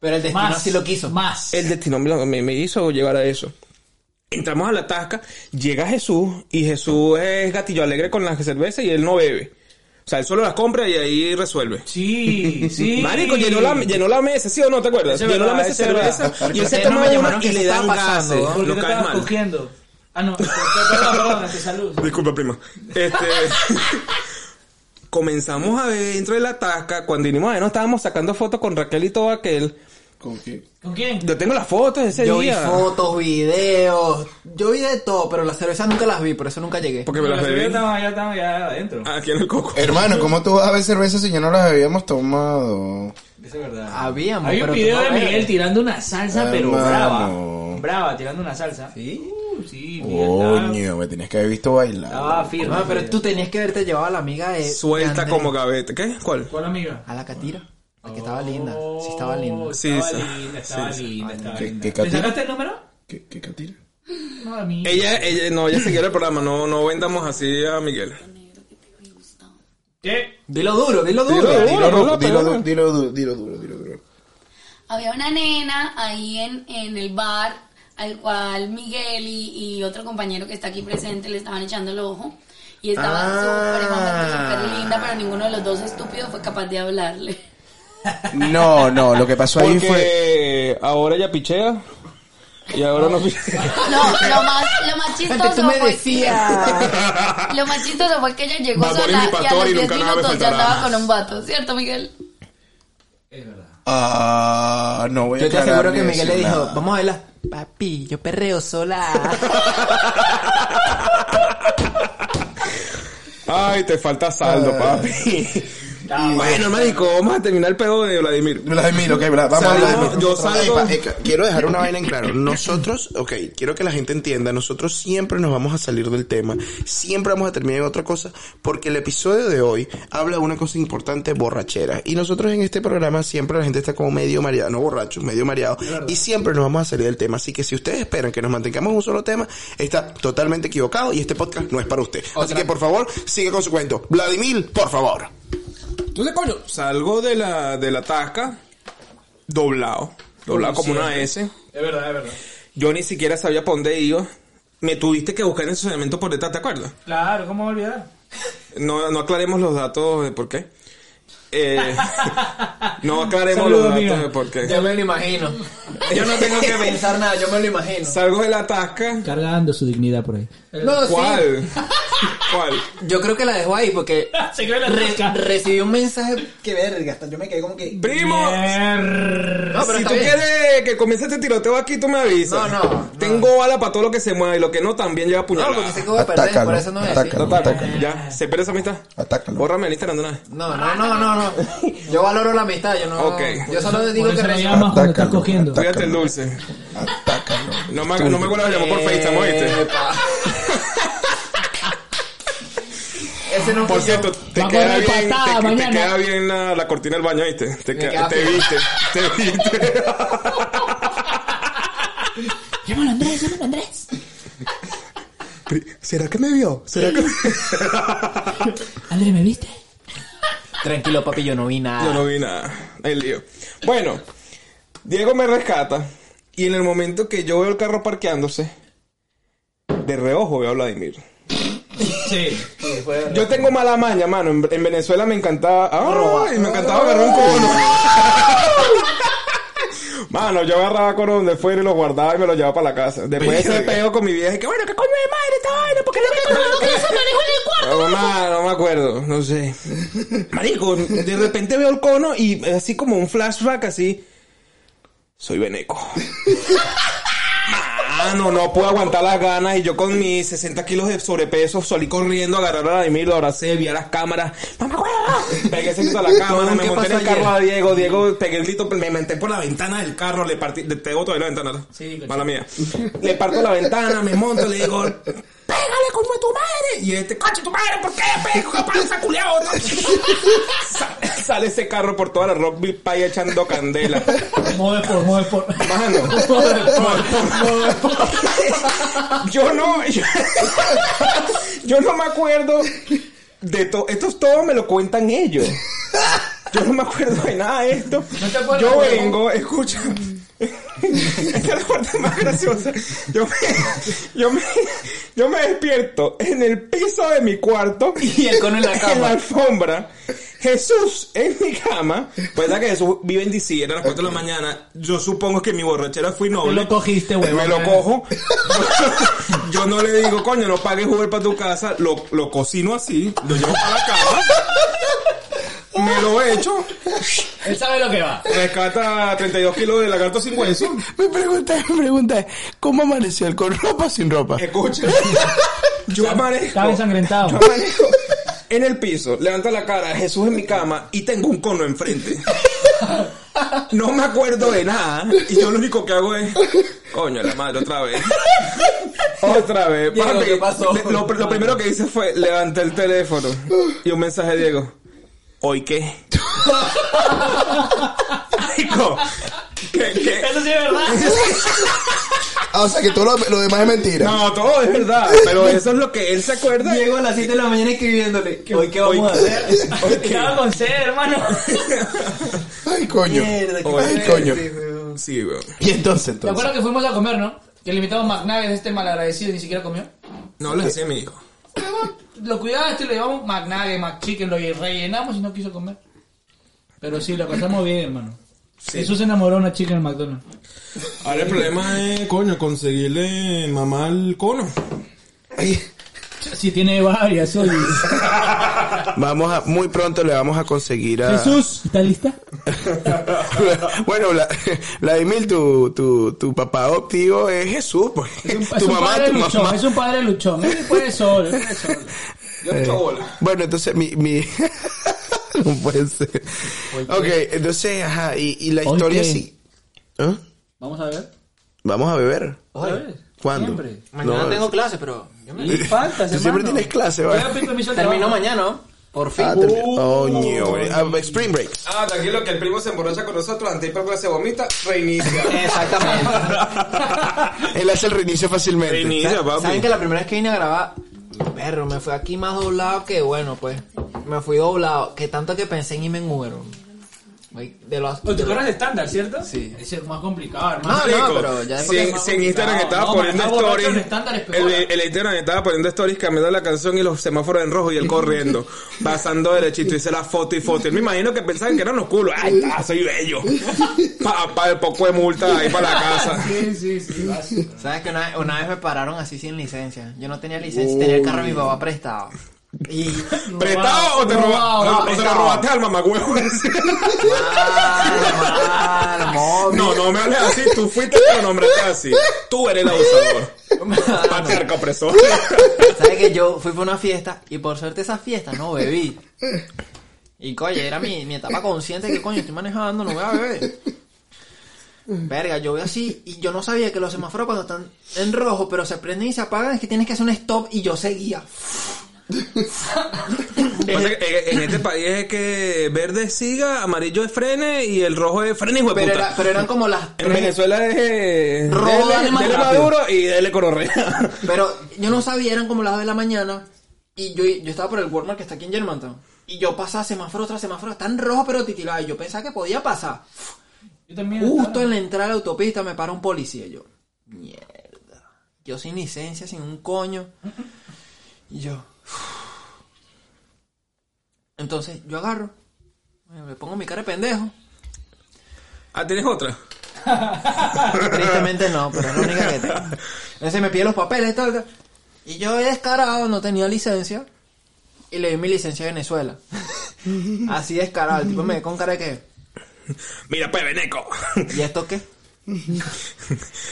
[SPEAKER 5] Pero el destino
[SPEAKER 4] Más.
[SPEAKER 5] sí lo quiso.
[SPEAKER 4] Más.
[SPEAKER 3] El destino me, lo- me- me hizo llegar a eso. Entramos a la tasca, llega Jesús y Jesús es gatillo alegre con las cervezas y él no bebe. O sea, él solo las compra y ahí resuelve.
[SPEAKER 4] Sí, sí.
[SPEAKER 3] Marico, llenó la, llenó la mesa, ¿sí o no? ¿Te acuerdas?
[SPEAKER 4] Ese es
[SPEAKER 3] llenó la
[SPEAKER 4] verdad,
[SPEAKER 3] mesa de
[SPEAKER 4] ese es
[SPEAKER 3] cerveza
[SPEAKER 5] verdad.
[SPEAKER 3] y él se
[SPEAKER 5] Ustedes no
[SPEAKER 3] toma
[SPEAKER 5] me
[SPEAKER 3] una
[SPEAKER 5] llamaron,
[SPEAKER 3] y
[SPEAKER 5] ¿qué
[SPEAKER 3] le
[SPEAKER 5] está
[SPEAKER 3] dan
[SPEAKER 5] pasando,
[SPEAKER 3] gases.
[SPEAKER 5] no?
[SPEAKER 4] Porque
[SPEAKER 3] Lo
[SPEAKER 4] te
[SPEAKER 3] cae
[SPEAKER 4] estabas
[SPEAKER 3] mal.
[SPEAKER 4] cogiendo. Ah, no. Perdón, perdón, te salud.
[SPEAKER 3] Disculpa, prima. Este... Comenzamos a ver dentro de la tasca. Cuando vinimos a ver, nos estábamos sacando fotos con Raquel y todo aquel.
[SPEAKER 6] ¿Con qué?
[SPEAKER 4] ¿Con quién?
[SPEAKER 3] Yo tengo las fotos de ese
[SPEAKER 5] Yo vi
[SPEAKER 3] día.
[SPEAKER 5] fotos, videos, yo vi de todo, pero las cervezas nunca las vi, por eso nunca llegué.
[SPEAKER 3] Porque me las Eh,
[SPEAKER 4] Ya
[SPEAKER 3] bebí. Ah.
[SPEAKER 4] estamos, ya estamos, ya adentro.
[SPEAKER 3] Aquí en el coco.
[SPEAKER 6] Hermano, ¿cómo tú vas a ver cerveza si ya no las habíamos tomado?
[SPEAKER 4] Eso es verdad.
[SPEAKER 5] Habíamos,
[SPEAKER 4] Hay un
[SPEAKER 5] Ah, pero
[SPEAKER 4] video
[SPEAKER 5] tú
[SPEAKER 4] de
[SPEAKER 5] no eh. ves.
[SPEAKER 4] Miguel tirando una salsa, pero
[SPEAKER 6] Hermano.
[SPEAKER 4] brava. Brava, tirando una salsa. Sí. sí, Miguel. estaba-
[SPEAKER 6] Coño, me tenías que haber visto bailar.
[SPEAKER 4] Estaba firme.
[SPEAKER 5] No, Ah, pero tú tenías que haberte llevado a la amiga de... de
[SPEAKER 3] Suelta
[SPEAKER 5] Andrés.
[SPEAKER 3] como gaveta. ¿Qué? ¿Cuál?
[SPEAKER 4] ¿Cuál amiga?
[SPEAKER 5] A la catira. La que estaba linda. Sí, estaba linda.
[SPEAKER 3] Sí,
[SPEAKER 4] Oh, estaba
[SPEAKER 3] sí.
[SPEAKER 4] linda, estaba linda, estaba
[SPEAKER 6] ¿Qué-
[SPEAKER 4] linda.
[SPEAKER 6] qué
[SPEAKER 4] ¿Le
[SPEAKER 6] catira?
[SPEAKER 4] sacaste el número?
[SPEAKER 6] ¿Qué, qué catira?
[SPEAKER 4] No, a mí.
[SPEAKER 3] Ella, ella, no, ella se quiere el programa. No, no vendamos así a Miguel.
[SPEAKER 4] ¿Qué?
[SPEAKER 5] Dilo duro, dilo duro.
[SPEAKER 3] Dilo,
[SPEAKER 6] Dilo,
[SPEAKER 3] dilo, dilo.
[SPEAKER 6] duro, dilo, duro, dilo, duro, dilo, duro, dilo, duro.
[SPEAKER 7] Había una nena ahí en, en el bar al cual Miguel y, y otro compañero que está aquí presente le estaban echando el ojo. Y estaba
[SPEAKER 5] Ah.
[SPEAKER 7] súper mamona, súper linda, pero ninguno de los dos estúpidos fue capaz de hablarle.
[SPEAKER 6] No, no, lo que pasó ahí fue...
[SPEAKER 3] Porque ahora ella pichea y ahora no pichea.
[SPEAKER 7] No, lo más, lo más
[SPEAKER 5] Antes tú
[SPEAKER 7] chistoso
[SPEAKER 5] me
[SPEAKER 7] fue
[SPEAKER 5] decías.
[SPEAKER 7] Lo más chistoso fue que ella llegó
[SPEAKER 3] Bad Bunny
[SPEAKER 7] sola
[SPEAKER 3] mi
[SPEAKER 7] y a
[SPEAKER 3] pastor
[SPEAKER 7] los
[SPEAKER 3] y
[SPEAKER 7] 10
[SPEAKER 3] nunca nada me
[SPEAKER 7] minutos ya
[SPEAKER 3] faltará.
[SPEAKER 7] andaba con un vato, ¿cierto, Miguel?
[SPEAKER 4] Es verdad.
[SPEAKER 6] Ah, no voy a
[SPEAKER 5] Yo te aseguro
[SPEAKER 6] aclarar
[SPEAKER 5] que
[SPEAKER 6] ni
[SPEAKER 5] Miguel le
[SPEAKER 6] decir
[SPEAKER 5] dijo,
[SPEAKER 6] nada.
[SPEAKER 5] vamos a verla. Papi, yo perreo sola.
[SPEAKER 3] Ay, te falta saldo, papi. bueno, marico, vamos a terminar el pedo de Vladimir.
[SPEAKER 6] Vladimir, ok, Vlad, vamos
[SPEAKER 3] Salimos,
[SPEAKER 6] a Vladimir.
[SPEAKER 3] yo salgo-
[SPEAKER 6] Epa, eca.
[SPEAKER 1] Eh, Quiero dejar una vaina en claro. Nosotros, ok, quiero que la gente entienda, nosotros siempre nos vamos a salir del tema, siempre vamos a terminar en otra cosa, porque el episodio de hoy habla de una cosa importante, borrachera. Y nosotros en este programa siempre la gente está como medio mareado, no borracho, medio mareado, y siempre nos vamos a salir del tema. Así que si ustedes esperan que nos mantengamos en un solo tema, está totalmente equivocado y este podcast no es para usted. Así que por favor, sigue con su cuento. Vladimir, por favor.
[SPEAKER 3] Entonces, coño, salgo de la, de la tasca doblado. Doblado como una S.
[SPEAKER 4] Es verdad, es verdad.
[SPEAKER 3] Yo ni siquiera sabía para dónde iba. Me tuviste que buscar en el estacionamiento por detrás, ¿te acuerdas?
[SPEAKER 4] Claro, ¿cómo olvidar?
[SPEAKER 3] No, no aclaremos los datos de por qué. Eh, no aclaremos
[SPEAKER 4] Saludos,
[SPEAKER 3] los datos
[SPEAKER 4] amigo.
[SPEAKER 3] de por qué.
[SPEAKER 5] Yo me lo imagino.
[SPEAKER 3] Yo no tengo que pensar.
[SPEAKER 5] pensar nada, yo me lo imagino.
[SPEAKER 3] Salgo de la tasca.
[SPEAKER 4] Cargando su dignidad por ahí.
[SPEAKER 5] No, sí.
[SPEAKER 3] ¿Cuál? ¿Cuál?
[SPEAKER 5] Yo creo que la dejó ahí porque
[SPEAKER 4] Se quedó en la
[SPEAKER 5] re-
[SPEAKER 4] rosca.
[SPEAKER 5] recibí un mensaje que verga. Hasta yo me quedé como que.
[SPEAKER 3] Primo,
[SPEAKER 5] No, pero
[SPEAKER 3] si
[SPEAKER 5] está
[SPEAKER 3] tú
[SPEAKER 5] bien.
[SPEAKER 3] quieres que comience este tiroteo aquí, tú me avisas.
[SPEAKER 5] No, no, no.
[SPEAKER 3] Tengo bala para todo lo que se mueva y lo que no también lleva
[SPEAKER 5] No,
[SPEAKER 3] puñalada.
[SPEAKER 5] porque sé que voy a perder,
[SPEAKER 6] Atácalo,
[SPEAKER 5] por eso no me
[SPEAKER 6] atácalo.
[SPEAKER 5] decís.
[SPEAKER 3] Ataca.
[SPEAKER 6] Atácalo.
[SPEAKER 3] Ya, se pierde esa amistad.
[SPEAKER 6] Atácalo.
[SPEAKER 3] Bórrame el Instagram de una vez.
[SPEAKER 5] No, no, no, Ah, no, no. Yo valoro la amistad, yo no.
[SPEAKER 3] Ok.
[SPEAKER 5] Yo solo le
[SPEAKER 4] Por
[SPEAKER 5] digo que
[SPEAKER 4] eso no
[SPEAKER 5] recibo.
[SPEAKER 4] llamas cuando estás
[SPEAKER 6] Atácalo,
[SPEAKER 4] cogiendo.
[SPEAKER 6] atácalo.
[SPEAKER 3] Cuídate el dulce.
[SPEAKER 6] Atácalo.
[SPEAKER 3] No me, no me acuerdo de llamó por FaceTime, ¿oíste?
[SPEAKER 5] Epa. Ese no fui
[SPEAKER 3] Por
[SPEAKER 5] yo.
[SPEAKER 3] cierto, te
[SPEAKER 4] Va a
[SPEAKER 3] queda
[SPEAKER 4] correr
[SPEAKER 3] bien,
[SPEAKER 4] patada
[SPEAKER 3] te- te,
[SPEAKER 4] mañana.
[SPEAKER 3] queda bien la, la cortina del baño, ¿viste? Te,
[SPEAKER 5] Me
[SPEAKER 3] queda-
[SPEAKER 5] queda
[SPEAKER 3] te
[SPEAKER 5] fino.
[SPEAKER 3] viste, te viste.
[SPEAKER 2] Llámalo a Andrés, llámalo a Andrés.
[SPEAKER 3] ¿Será que me vio? ¿Será que me...
[SPEAKER 2] Andrés, ¿me viste?
[SPEAKER 5] Tranquilo, papi, yo no vi nada.
[SPEAKER 3] Yo no vi nada. El lío. Bueno, Diego me rescata y en el momento que yo veo el carro parqueándose, de reojo veo a Vladimir.
[SPEAKER 4] Sí.
[SPEAKER 3] Yo tengo mala maña, mano. En, en Venezuela me encantaba. ¡Ay! Me encantaba agarrar un cono. Mano, yo agarraba cono donde fuera y los guardaba y me los llevaba para la casa. Después de ese
[SPEAKER 6] Verga.
[SPEAKER 3] peo con mi vieja, que bueno, ¿qué coño de madre esta vaina? ¿Por qué no me no, ma, Ah, no me acuerdo, no sé. Marico, de repente veo el cono y así como un flashback, así. Soy Beneco. Mano, no puedo aguantar las ganas y yo con mis 60 kilos de sobrepeso salí corriendo a agarrar a Vladimir, lo abracé, vi a las cámaras. ¡Mamá, huevo! Pegué ese grito a la cámara, me
[SPEAKER 5] ¿Qué
[SPEAKER 3] monté en el
[SPEAKER 5] pasó
[SPEAKER 3] carro
[SPEAKER 5] ayer?
[SPEAKER 3] a Diego, Diego, pegué el grito, me metí por la ventana del carro, le partí, te debo todavía la ventana.
[SPEAKER 4] Sí, coño.
[SPEAKER 3] Mala mía. Le parto la ventana, me monto, le digo, pégale como a tu madre. Y este, coche, tu madre, ¿por qué? Pego, pasa, culeado. sale ese carro por toda la Rockville Pie echando candela.
[SPEAKER 4] Mueve por, mueve por.
[SPEAKER 3] Mano. yo no. Yo, yo no me acuerdo de todo. Esto todo me lo cuentan ellos. Yo no me acuerdo de nada de esto.
[SPEAKER 5] te acuerdas,
[SPEAKER 3] yo
[SPEAKER 5] huevón?
[SPEAKER 3] vengo, escucha. Esta es la parte más graciosa. Yo me, yo, me, yo me despierto en el piso de mi cuarto
[SPEAKER 5] Y el cono en la cama.
[SPEAKER 3] en la alfombra. Jesús en mi cama. Pues ya que Jesús vive en DC, era las 4 de la mañana. Yo supongo que mi borrachera fui noble.
[SPEAKER 4] Te lo cogiste, huevón.
[SPEAKER 3] Me lo cojo.
[SPEAKER 4] ¿eh?
[SPEAKER 3] Yo no le digo, coño, no pagues Uber para tu casa. Lo, lo cocino así, lo llevo para la cama. Me lo echo.
[SPEAKER 5] Él sabe lo que va.
[SPEAKER 3] Rescata 32 kilos de lagarto sin hueso.
[SPEAKER 1] Me pregunta, me pregunta, ¿cómo amaneció él? ¿Con ropa o sin ropa?
[SPEAKER 3] Escucha. Yo amanezco.
[SPEAKER 4] Estaba ensangrentado.
[SPEAKER 3] Yo amanezco en el piso, levanto la cara, Jesús en mi cama y tengo un cono enfrente. No me acuerdo de nada y yo lo único que hago es, coño, la madre, otra vez. Otra vez.
[SPEAKER 5] Oh, Diego,
[SPEAKER 3] Papi,
[SPEAKER 5] ¿qué pasó?
[SPEAKER 3] le- Lo, lo primero que hice fue levanté el teléfono y un mensaje de Diego. ¿Hoy qué? Marico, ¿qué, qué?
[SPEAKER 4] Eso sí es verdad.
[SPEAKER 6] Ah, o sea que todo lo, lo demás es mentira.
[SPEAKER 3] No, todo es verdad, pero eso es lo que él se acuerda.
[SPEAKER 5] Llego a las 7 de la mañana escribiéndole. ¿Hoy qué vamos a
[SPEAKER 3] hoy-
[SPEAKER 5] hacer?
[SPEAKER 4] Estaba con sed, hermano.
[SPEAKER 6] Ay, coño.
[SPEAKER 5] Mierda, qué
[SPEAKER 6] Ay,
[SPEAKER 5] fuerte,
[SPEAKER 6] coño.
[SPEAKER 5] weón.
[SPEAKER 3] Sí, weón.
[SPEAKER 6] Y entonces,
[SPEAKER 4] ¿Te
[SPEAKER 6] entonces.
[SPEAKER 4] acuerdas que fuimos a comer, no? Que le invitamos McNuggets, este malagradecido, ni siquiera comió.
[SPEAKER 3] No hables así, amigo.
[SPEAKER 4] Lo cuidaste, le llevamos McNuggets, McChicken, lo rellenamos y no quiso comer. Pero sí, lo pasamos bien, hermano. Jesús se enamoró de una chica en el McDonald's.
[SPEAKER 3] Ahora el problema es, coño, conseguirle mamá al cono.
[SPEAKER 4] Sí, tiene varias, oye.
[SPEAKER 1] Vamos a, muy pronto le vamos a conseguir a...
[SPEAKER 4] Jesús, ¿estás lista?
[SPEAKER 1] bueno, la, Vladimir, tu, tu, tu papá adoptivo es Jesús, pues.
[SPEAKER 4] es
[SPEAKER 1] tu
[SPEAKER 4] un
[SPEAKER 1] mamá,
[SPEAKER 4] padre
[SPEAKER 1] tu
[SPEAKER 4] luchón,
[SPEAKER 1] mamá.
[SPEAKER 4] es un padre luchón. Él puede solo, él puede solo.
[SPEAKER 3] Yo
[SPEAKER 5] Eh.
[SPEAKER 3] no bola.
[SPEAKER 1] Bueno, entonces mi... mi... no puede ser. Ok, entonces, ajá, y, y la
[SPEAKER 4] Hoy
[SPEAKER 1] historia
[SPEAKER 4] qué.
[SPEAKER 1] sí. ¿Ah?
[SPEAKER 4] Vamos a ver.
[SPEAKER 1] Vamos a beber.
[SPEAKER 4] Otra vez.
[SPEAKER 1] ¿Cuándo?
[SPEAKER 4] Siempre.
[SPEAKER 5] Mañana
[SPEAKER 1] No,
[SPEAKER 5] tengo clase, pero. yo me-
[SPEAKER 4] Y faltas,
[SPEAKER 1] Tú siempre
[SPEAKER 4] hermano.
[SPEAKER 1] tienes clase,
[SPEAKER 4] Voy
[SPEAKER 1] ¿vale?
[SPEAKER 4] a pedir permiso al
[SPEAKER 5] Termino
[SPEAKER 4] trabajo.
[SPEAKER 5] mañana, ¿no? Por fin.
[SPEAKER 6] Ah, termina.
[SPEAKER 1] Coño, güey. Ah, Spring Break.
[SPEAKER 3] Ah, tranquilo, que el primo se emborracha con nosotros, antes de que se vomita, reinicia.
[SPEAKER 5] Exactamente.
[SPEAKER 1] Él hace el reinicio fácilmente.
[SPEAKER 3] reinicia,
[SPEAKER 5] ¿Saben
[SPEAKER 3] papi.
[SPEAKER 5] que la primera vez que vine a grabar, perro, me fui aquí más doblado que bueno, pues. Me fui doblado, que tanto que pensé en irme en Uber. Ay, De los...
[SPEAKER 4] O Oh, te corres de estándar, ¿cierto?
[SPEAKER 5] Sí.
[SPEAKER 4] Ese es más complicado, hermano.
[SPEAKER 5] No,
[SPEAKER 3] Marico,
[SPEAKER 5] no, pero ya es
[SPEAKER 3] si,
[SPEAKER 5] porque
[SPEAKER 3] en-
[SPEAKER 5] es más
[SPEAKER 3] si en Instagram
[SPEAKER 4] complicado.
[SPEAKER 3] estaba
[SPEAKER 4] No,
[SPEAKER 3] poniendo
[SPEAKER 4] más borracho
[SPEAKER 3] stories,
[SPEAKER 4] en estándar es
[SPEAKER 3] el,
[SPEAKER 4] peor.
[SPEAKER 3] de- el Instagram estaba poniendo stories cambiando la canción y los semáforos en rojo y él corriendo, pasando derechito, hice la foto y foto. Él me imagino que pensaban que eran los culos. ¡Ay, está, soy bello! Pa, pa, el poco de multa ahí para la casa.
[SPEAKER 4] Sí, sí, sí. básico.
[SPEAKER 5] ¿Sabes que una, una vez me pararon así sin licencia? Yo no tenía licencia, tenía el carro de mi papá prestado. Y...
[SPEAKER 3] ¿Prestado o te robaste?
[SPEAKER 5] robado,
[SPEAKER 3] No, o se lo
[SPEAKER 5] prestado.
[SPEAKER 3] robaste al mamagüevo.
[SPEAKER 5] Mal, mal, móvil.
[SPEAKER 3] No, no me hables así. Tú fuiste el que lo nombraste así. Tú eres el abusador. Ah, Patriarca opresor.
[SPEAKER 5] ¿Sabes que yo fui para una fiesta y por suerte esa fiesta no bebí? Y coño, era mi, mi etapa consciente que coño, estoy manejando, no voy a beber. Verga, yo veo así y yo no sabía que los semáforos cuando están en rojo, pero se prenden y se apagan, es que tienes que hacer un stop y yo seguía.
[SPEAKER 3] Pasa que en en este país es que verde es siga, amarillo es frene y el rojo es frene, hijo de
[SPEAKER 5] Pero,
[SPEAKER 3] puta.
[SPEAKER 5] era- pero eran como las
[SPEAKER 3] En
[SPEAKER 5] tres-
[SPEAKER 3] Venezuela es eh,
[SPEAKER 5] Rojo,
[SPEAKER 3] dele,
[SPEAKER 5] dale más
[SPEAKER 3] dele
[SPEAKER 5] rápido.
[SPEAKER 3] maduro y dele cororrea.
[SPEAKER 5] Pero yo no sabía, eran como las 2 de la mañana. Y yo, yo estaba por el Walmart que está aquí en Germantown. Y yo pasaba semáforo tras semáforo, tan rojo pero titilaba. Y yo pensaba que podía pasar.
[SPEAKER 4] Yo también.
[SPEAKER 5] Justo Uh, en la entrada de la autopista me para un policía. Yo, mierda. Yo sin licencia, sin un coño. Y yo. Entonces yo agarro. Me pongo mi cara de pendejo.
[SPEAKER 3] Ah, ¿tienes otra?
[SPEAKER 5] Tristemente no, pero es la única que tengo. Entonces me pide los papeles y todo, todo. Y yo descarado, no tenía licencia. Y le di mi licencia de Venezuela. Así descarado. El tipo me ve con cara de que.
[SPEAKER 3] Mira, pues, veneco.
[SPEAKER 5] ¿Y esto qué?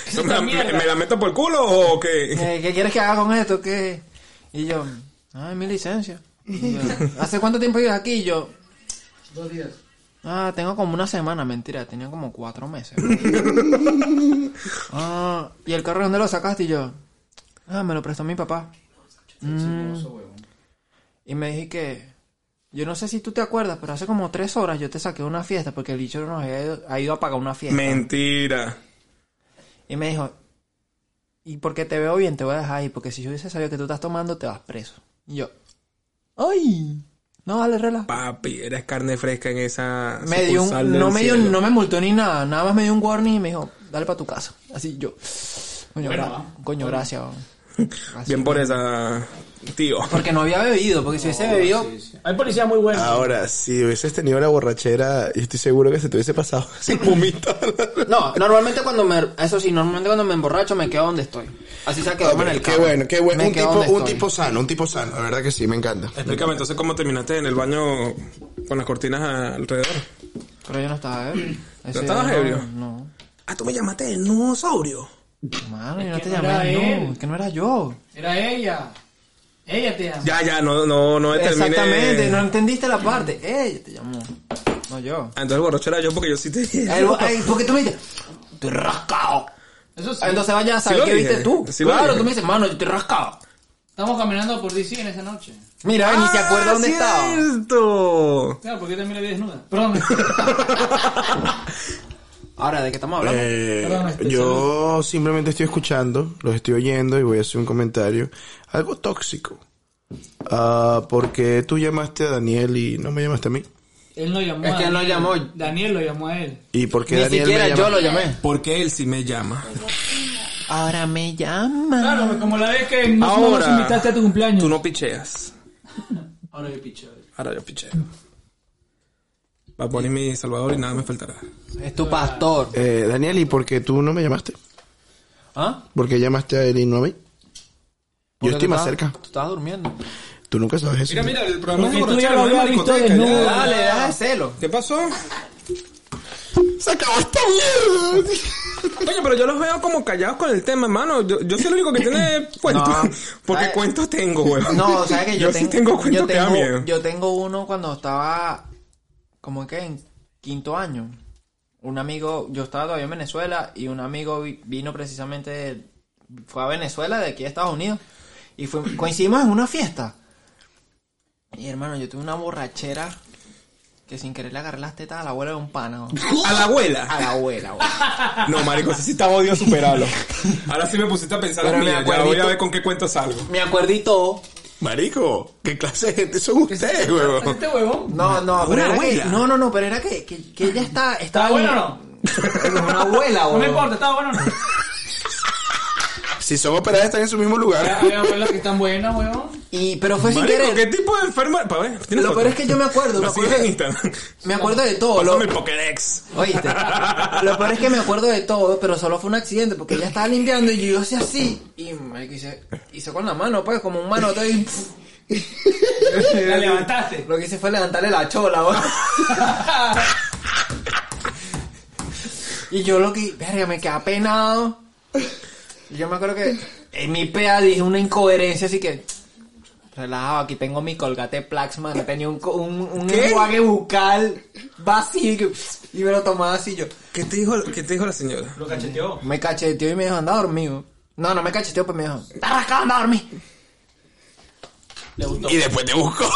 [SPEAKER 3] Eso me, la- me- me la meto por el culo o qué?
[SPEAKER 5] ¿Qué, qué quieres que haga con esto? ¿Qué? Y yo, ah, es mi licencia. Y yo, ¿Hace cuánto tiempo vives aquí? Y yo,
[SPEAKER 4] Dos días.
[SPEAKER 5] ah, tengo como una semana, mentira, tenía como cuatro meses. ah, ¿y el carro dónde lo sacaste? Y yo, ah, me lo prestó mi papá. Mm. Y me dije que, yo no sé si tú te acuerdas, pero hace como tres horas yo te saqué de una fiesta porque el bicho nos había ido, ha ido a pagar una fiesta.
[SPEAKER 3] Mentira.
[SPEAKER 5] Y me dijo, y porque te veo bien, te voy a dejar ahí, porque si yo hubiese sabido que tú estás tomando, te vas preso. Y yo, ¡ay! No, dale, relaja.
[SPEAKER 3] Papi, eres carne fresca en esa.
[SPEAKER 5] Me dio un-
[SPEAKER 3] sucursal del
[SPEAKER 5] no, me dio,
[SPEAKER 3] cielo.
[SPEAKER 5] no me multó ni nada, nada más me dio un warning y me dijo, dale para tu casa. Así yo, coño, gra- coño gracias. weón. Así.
[SPEAKER 3] Bien por esa, tío.
[SPEAKER 5] Porque no había bebido, porque si hubiese bebido,
[SPEAKER 4] Hay policías muy buenos.
[SPEAKER 1] Ahora, si hubieses tenido la borrachera, yo estoy seguro que se te hubiese pasado sin vomito.
[SPEAKER 5] No, normalmente cuando me... Eso sí, normalmente cuando me emborracho me quedo donde estoy. Así se ha quedado en el
[SPEAKER 1] qué
[SPEAKER 5] carro.
[SPEAKER 1] bueno, qué bueno.
[SPEAKER 5] Me
[SPEAKER 1] Un
[SPEAKER 5] quedo
[SPEAKER 1] tipo,
[SPEAKER 5] donde
[SPEAKER 1] un
[SPEAKER 5] estoy.
[SPEAKER 1] tipo sano, un tipo sano. La verdad que sí, me encanta.
[SPEAKER 3] Explícame entonces cómo terminaste en el baño con las cortinas alrededor.
[SPEAKER 5] Pero yo no estaba ebrio. Ese
[SPEAKER 3] estabas
[SPEAKER 5] día
[SPEAKER 3] ebrio?
[SPEAKER 5] No,
[SPEAKER 3] Ah, tú me llamaste el nuevo saurio.
[SPEAKER 5] no. Mano, yo no
[SPEAKER 4] que
[SPEAKER 5] te
[SPEAKER 4] no
[SPEAKER 5] llamé,
[SPEAKER 4] era él.
[SPEAKER 5] no. Es que no era yo.
[SPEAKER 4] Era ella. Ella te llamó.
[SPEAKER 3] Ya, ya, no, no, no determiné.
[SPEAKER 5] Exactamente, no entendiste la parte. Ella te llamó. No yo.
[SPEAKER 3] Ah, Entonces borracho era yo porque yo sí te dije.
[SPEAKER 5] Ay, ay, ¿Por qué tú me dices? Estoy rascado.
[SPEAKER 4] Eso sí.
[SPEAKER 5] Entonces vaya a
[SPEAKER 3] Sí
[SPEAKER 5] saber
[SPEAKER 3] lo
[SPEAKER 5] qué
[SPEAKER 3] dije,
[SPEAKER 5] viste tú.
[SPEAKER 3] sí lo
[SPEAKER 5] claro,
[SPEAKER 3] dije.
[SPEAKER 5] tú me dices, mano, yo estoy rascado.
[SPEAKER 4] Estamos caminando por DC en esa noche.
[SPEAKER 5] Mira, ni
[SPEAKER 3] Ah,
[SPEAKER 5] se acuerda dónde estaba.
[SPEAKER 3] cierto.
[SPEAKER 4] Claro, porque yo también la vi desnuda. Perdón.
[SPEAKER 5] Ahora, ¿de qué estamos hablando?
[SPEAKER 1] Eh,
[SPEAKER 4] Perdón, este,
[SPEAKER 1] yo simplemente estoy escuchando, los estoy oyendo y voy a hacer un comentario. Algo tóxico. Ah, porque tú llamaste a Daniel y no me llamaste a mí.
[SPEAKER 4] él no llamó
[SPEAKER 5] Es
[SPEAKER 4] a
[SPEAKER 5] que él no llamó.
[SPEAKER 4] Daniel lo llamó a él.
[SPEAKER 1] ¿Y por qué
[SPEAKER 5] Ni
[SPEAKER 1] Daniel
[SPEAKER 5] siquiera
[SPEAKER 1] me
[SPEAKER 5] yo
[SPEAKER 1] llama?
[SPEAKER 5] lo llamé.
[SPEAKER 3] Porque él sí me llama.
[SPEAKER 5] Ahora me llama.
[SPEAKER 4] Claro, pues, como la vez que no
[SPEAKER 3] Ahora,
[SPEAKER 4] nos invitaste a tu cumpleaños.
[SPEAKER 3] Tú no picheas.
[SPEAKER 4] Ahora yo picho.
[SPEAKER 3] Ahora yo picheo. Va a poner mi salvador y nada me faltará.
[SPEAKER 5] Es tu pastor.
[SPEAKER 1] Eh, Daniel, ¿y por qué tú no me llamaste?
[SPEAKER 5] ¿Ah?
[SPEAKER 1] ¿Por qué llamaste a él y no a mí? Yo
[SPEAKER 5] Porque
[SPEAKER 1] estoy
[SPEAKER 5] tú
[SPEAKER 1] más
[SPEAKER 5] estabas-
[SPEAKER 1] cerca.
[SPEAKER 5] Tú estabas durmiendo.
[SPEAKER 1] Tú nunca sabes eso.
[SPEAKER 3] Mira, mira, el programa
[SPEAKER 4] Porque
[SPEAKER 3] de
[SPEAKER 4] tú ya lo
[SPEAKER 3] borrachera no es una
[SPEAKER 4] habías visto
[SPEAKER 3] discoteca, ya.
[SPEAKER 4] desnudo.
[SPEAKER 5] Dale, deja de celo.
[SPEAKER 3] ¿Qué pasó?
[SPEAKER 1] ¡Se acabó esta mierda!
[SPEAKER 3] Oye, pero yo los veo como callados con el tema, hermano. Yo, yo soy el único que tiene cuentos.
[SPEAKER 5] No.
[SPEAKER 3] Porque
[SPEAKER 5] Ay.
[SPEAKER 3] cuentos tengo, güey.
[SPEAKER 5] No, sabes que yo,
[SPEAKER 3] sí tengo cuentos
[SPEAKER 5] yo
[SPEAKER 3] que da
[SPEAKER 5] tengo,
[SPEAKER 3] miedo.
[SPEAKER 5] yo tengo uno cuando estaba como que en quinto año. Un amigo, yo estaba todavía en Venezuela y un amigo vi- vino precisamente, de- fue a Venezuela de aquí a Estados Unidos y fue, coincidimos en una fiesta. Y hermano, yo tuve una borrachera que sin querer le agarré las tetas a la abuela de un pana. ¿no?
[SPEAKER 3] A la
[SPEAKER 5] A
[SPEAKER 3] abuela.
[SPEAKER 5] la abuela, güey.
[SPEAKER 3] No, marico, ese sí está odio superarlo. Ahora sí me pusiste a pensar
[SPEAKER 5] Pero
[SPEAKER 3] en
[SPEAKER 5] me
[SPEAKER 3] mí. Ya
[SPEAKER 5] acuerdito-
[SPEAKER 3] voy a ver con qué cuento salgo.
[SPEAKER 5] Me acuerdo y todo
[SPEAKER 1] Marico, ¿qué clase de gente son ustedes, huevón?
[SPEAKER 4] Este huevón.
[SPEAKER 5] No, no, pero
[SPEAKER 1] Una
[SPEAKER 5] era que,
[SPEAKER 1] abuela.
[SPEAKER 5] no, no, no, pero era que, que, que ella está,
[SPEAKER 4] ¿Está
[SPEAKER 5] estaba
[SPEAKER 4] bueno o
[SPEAKER 5] en-
[SPEAKER 4] no?
[SPEAKER 5] en una abuela,
[SPEAKER 4] No
[SPEAKER 5] boludo.
[SPEAKER 4] me importa, ¿está bueno o no?
[SPEAKER 1] Si son operadas están en su mismo lugar.
[SPEAKER 4] Ya, Hay abuelas que están buenas, huevón.
[SPEAKER 5] Y, pero fue sin
[SPEAKER 3] Marico,
[SPEAKER 5] querer.
[SPEAKER 3] ¿qué tipo de enferma? Pa' ver, ¿tienes
[SPEAKER 5] Lo
[SPEAKER 3] foto?
[SPEAKER 5] peor es que yo me acuerdo, me
[SPEAKER 3] La sigues
[SPEAKER 5] acuerdo.
[SPEAKER 3] en Instagram.
[SPEAKER 5] Me acuerdo de todo, lo,
[SPEAKER 3] Pásame el Pokédex.
[SPEAKER 5] oíste. Lo peor es que me acuerdo de todo, pero solo fue un accidente, porque ella estaba limpiando y yo hice así. Y marico hice, hice con la mano, pues, como un mano y pff.
[SPEAKER 4] La levantaste.
[SPEAKER 5] Lo que hice fue levantarle la chola, boludo. Y yo lo que, verga, me quedé apenado. Y Yo me acuerdo que en mi pea dije una incoherencia, así que. Relajado, aquí tengo mi colgate Plaxman, que tenía un, co- un, un enjuague bucal vacío y, que- y me lo tomaba así yo.
[SPEAKER 3] ¿Qué te dijo, qué te dijo la señora?
[SPEAKER 4] Lo cacheteó.
[SPEAKER 5] Me cacheteó y me dijo, anda dormido. No, no me cacheteó, pues me dijo, está rascado, anda a dormir.
[SPEAKER 4] Le gustó.
[SPEAKER 1] Y después te busco.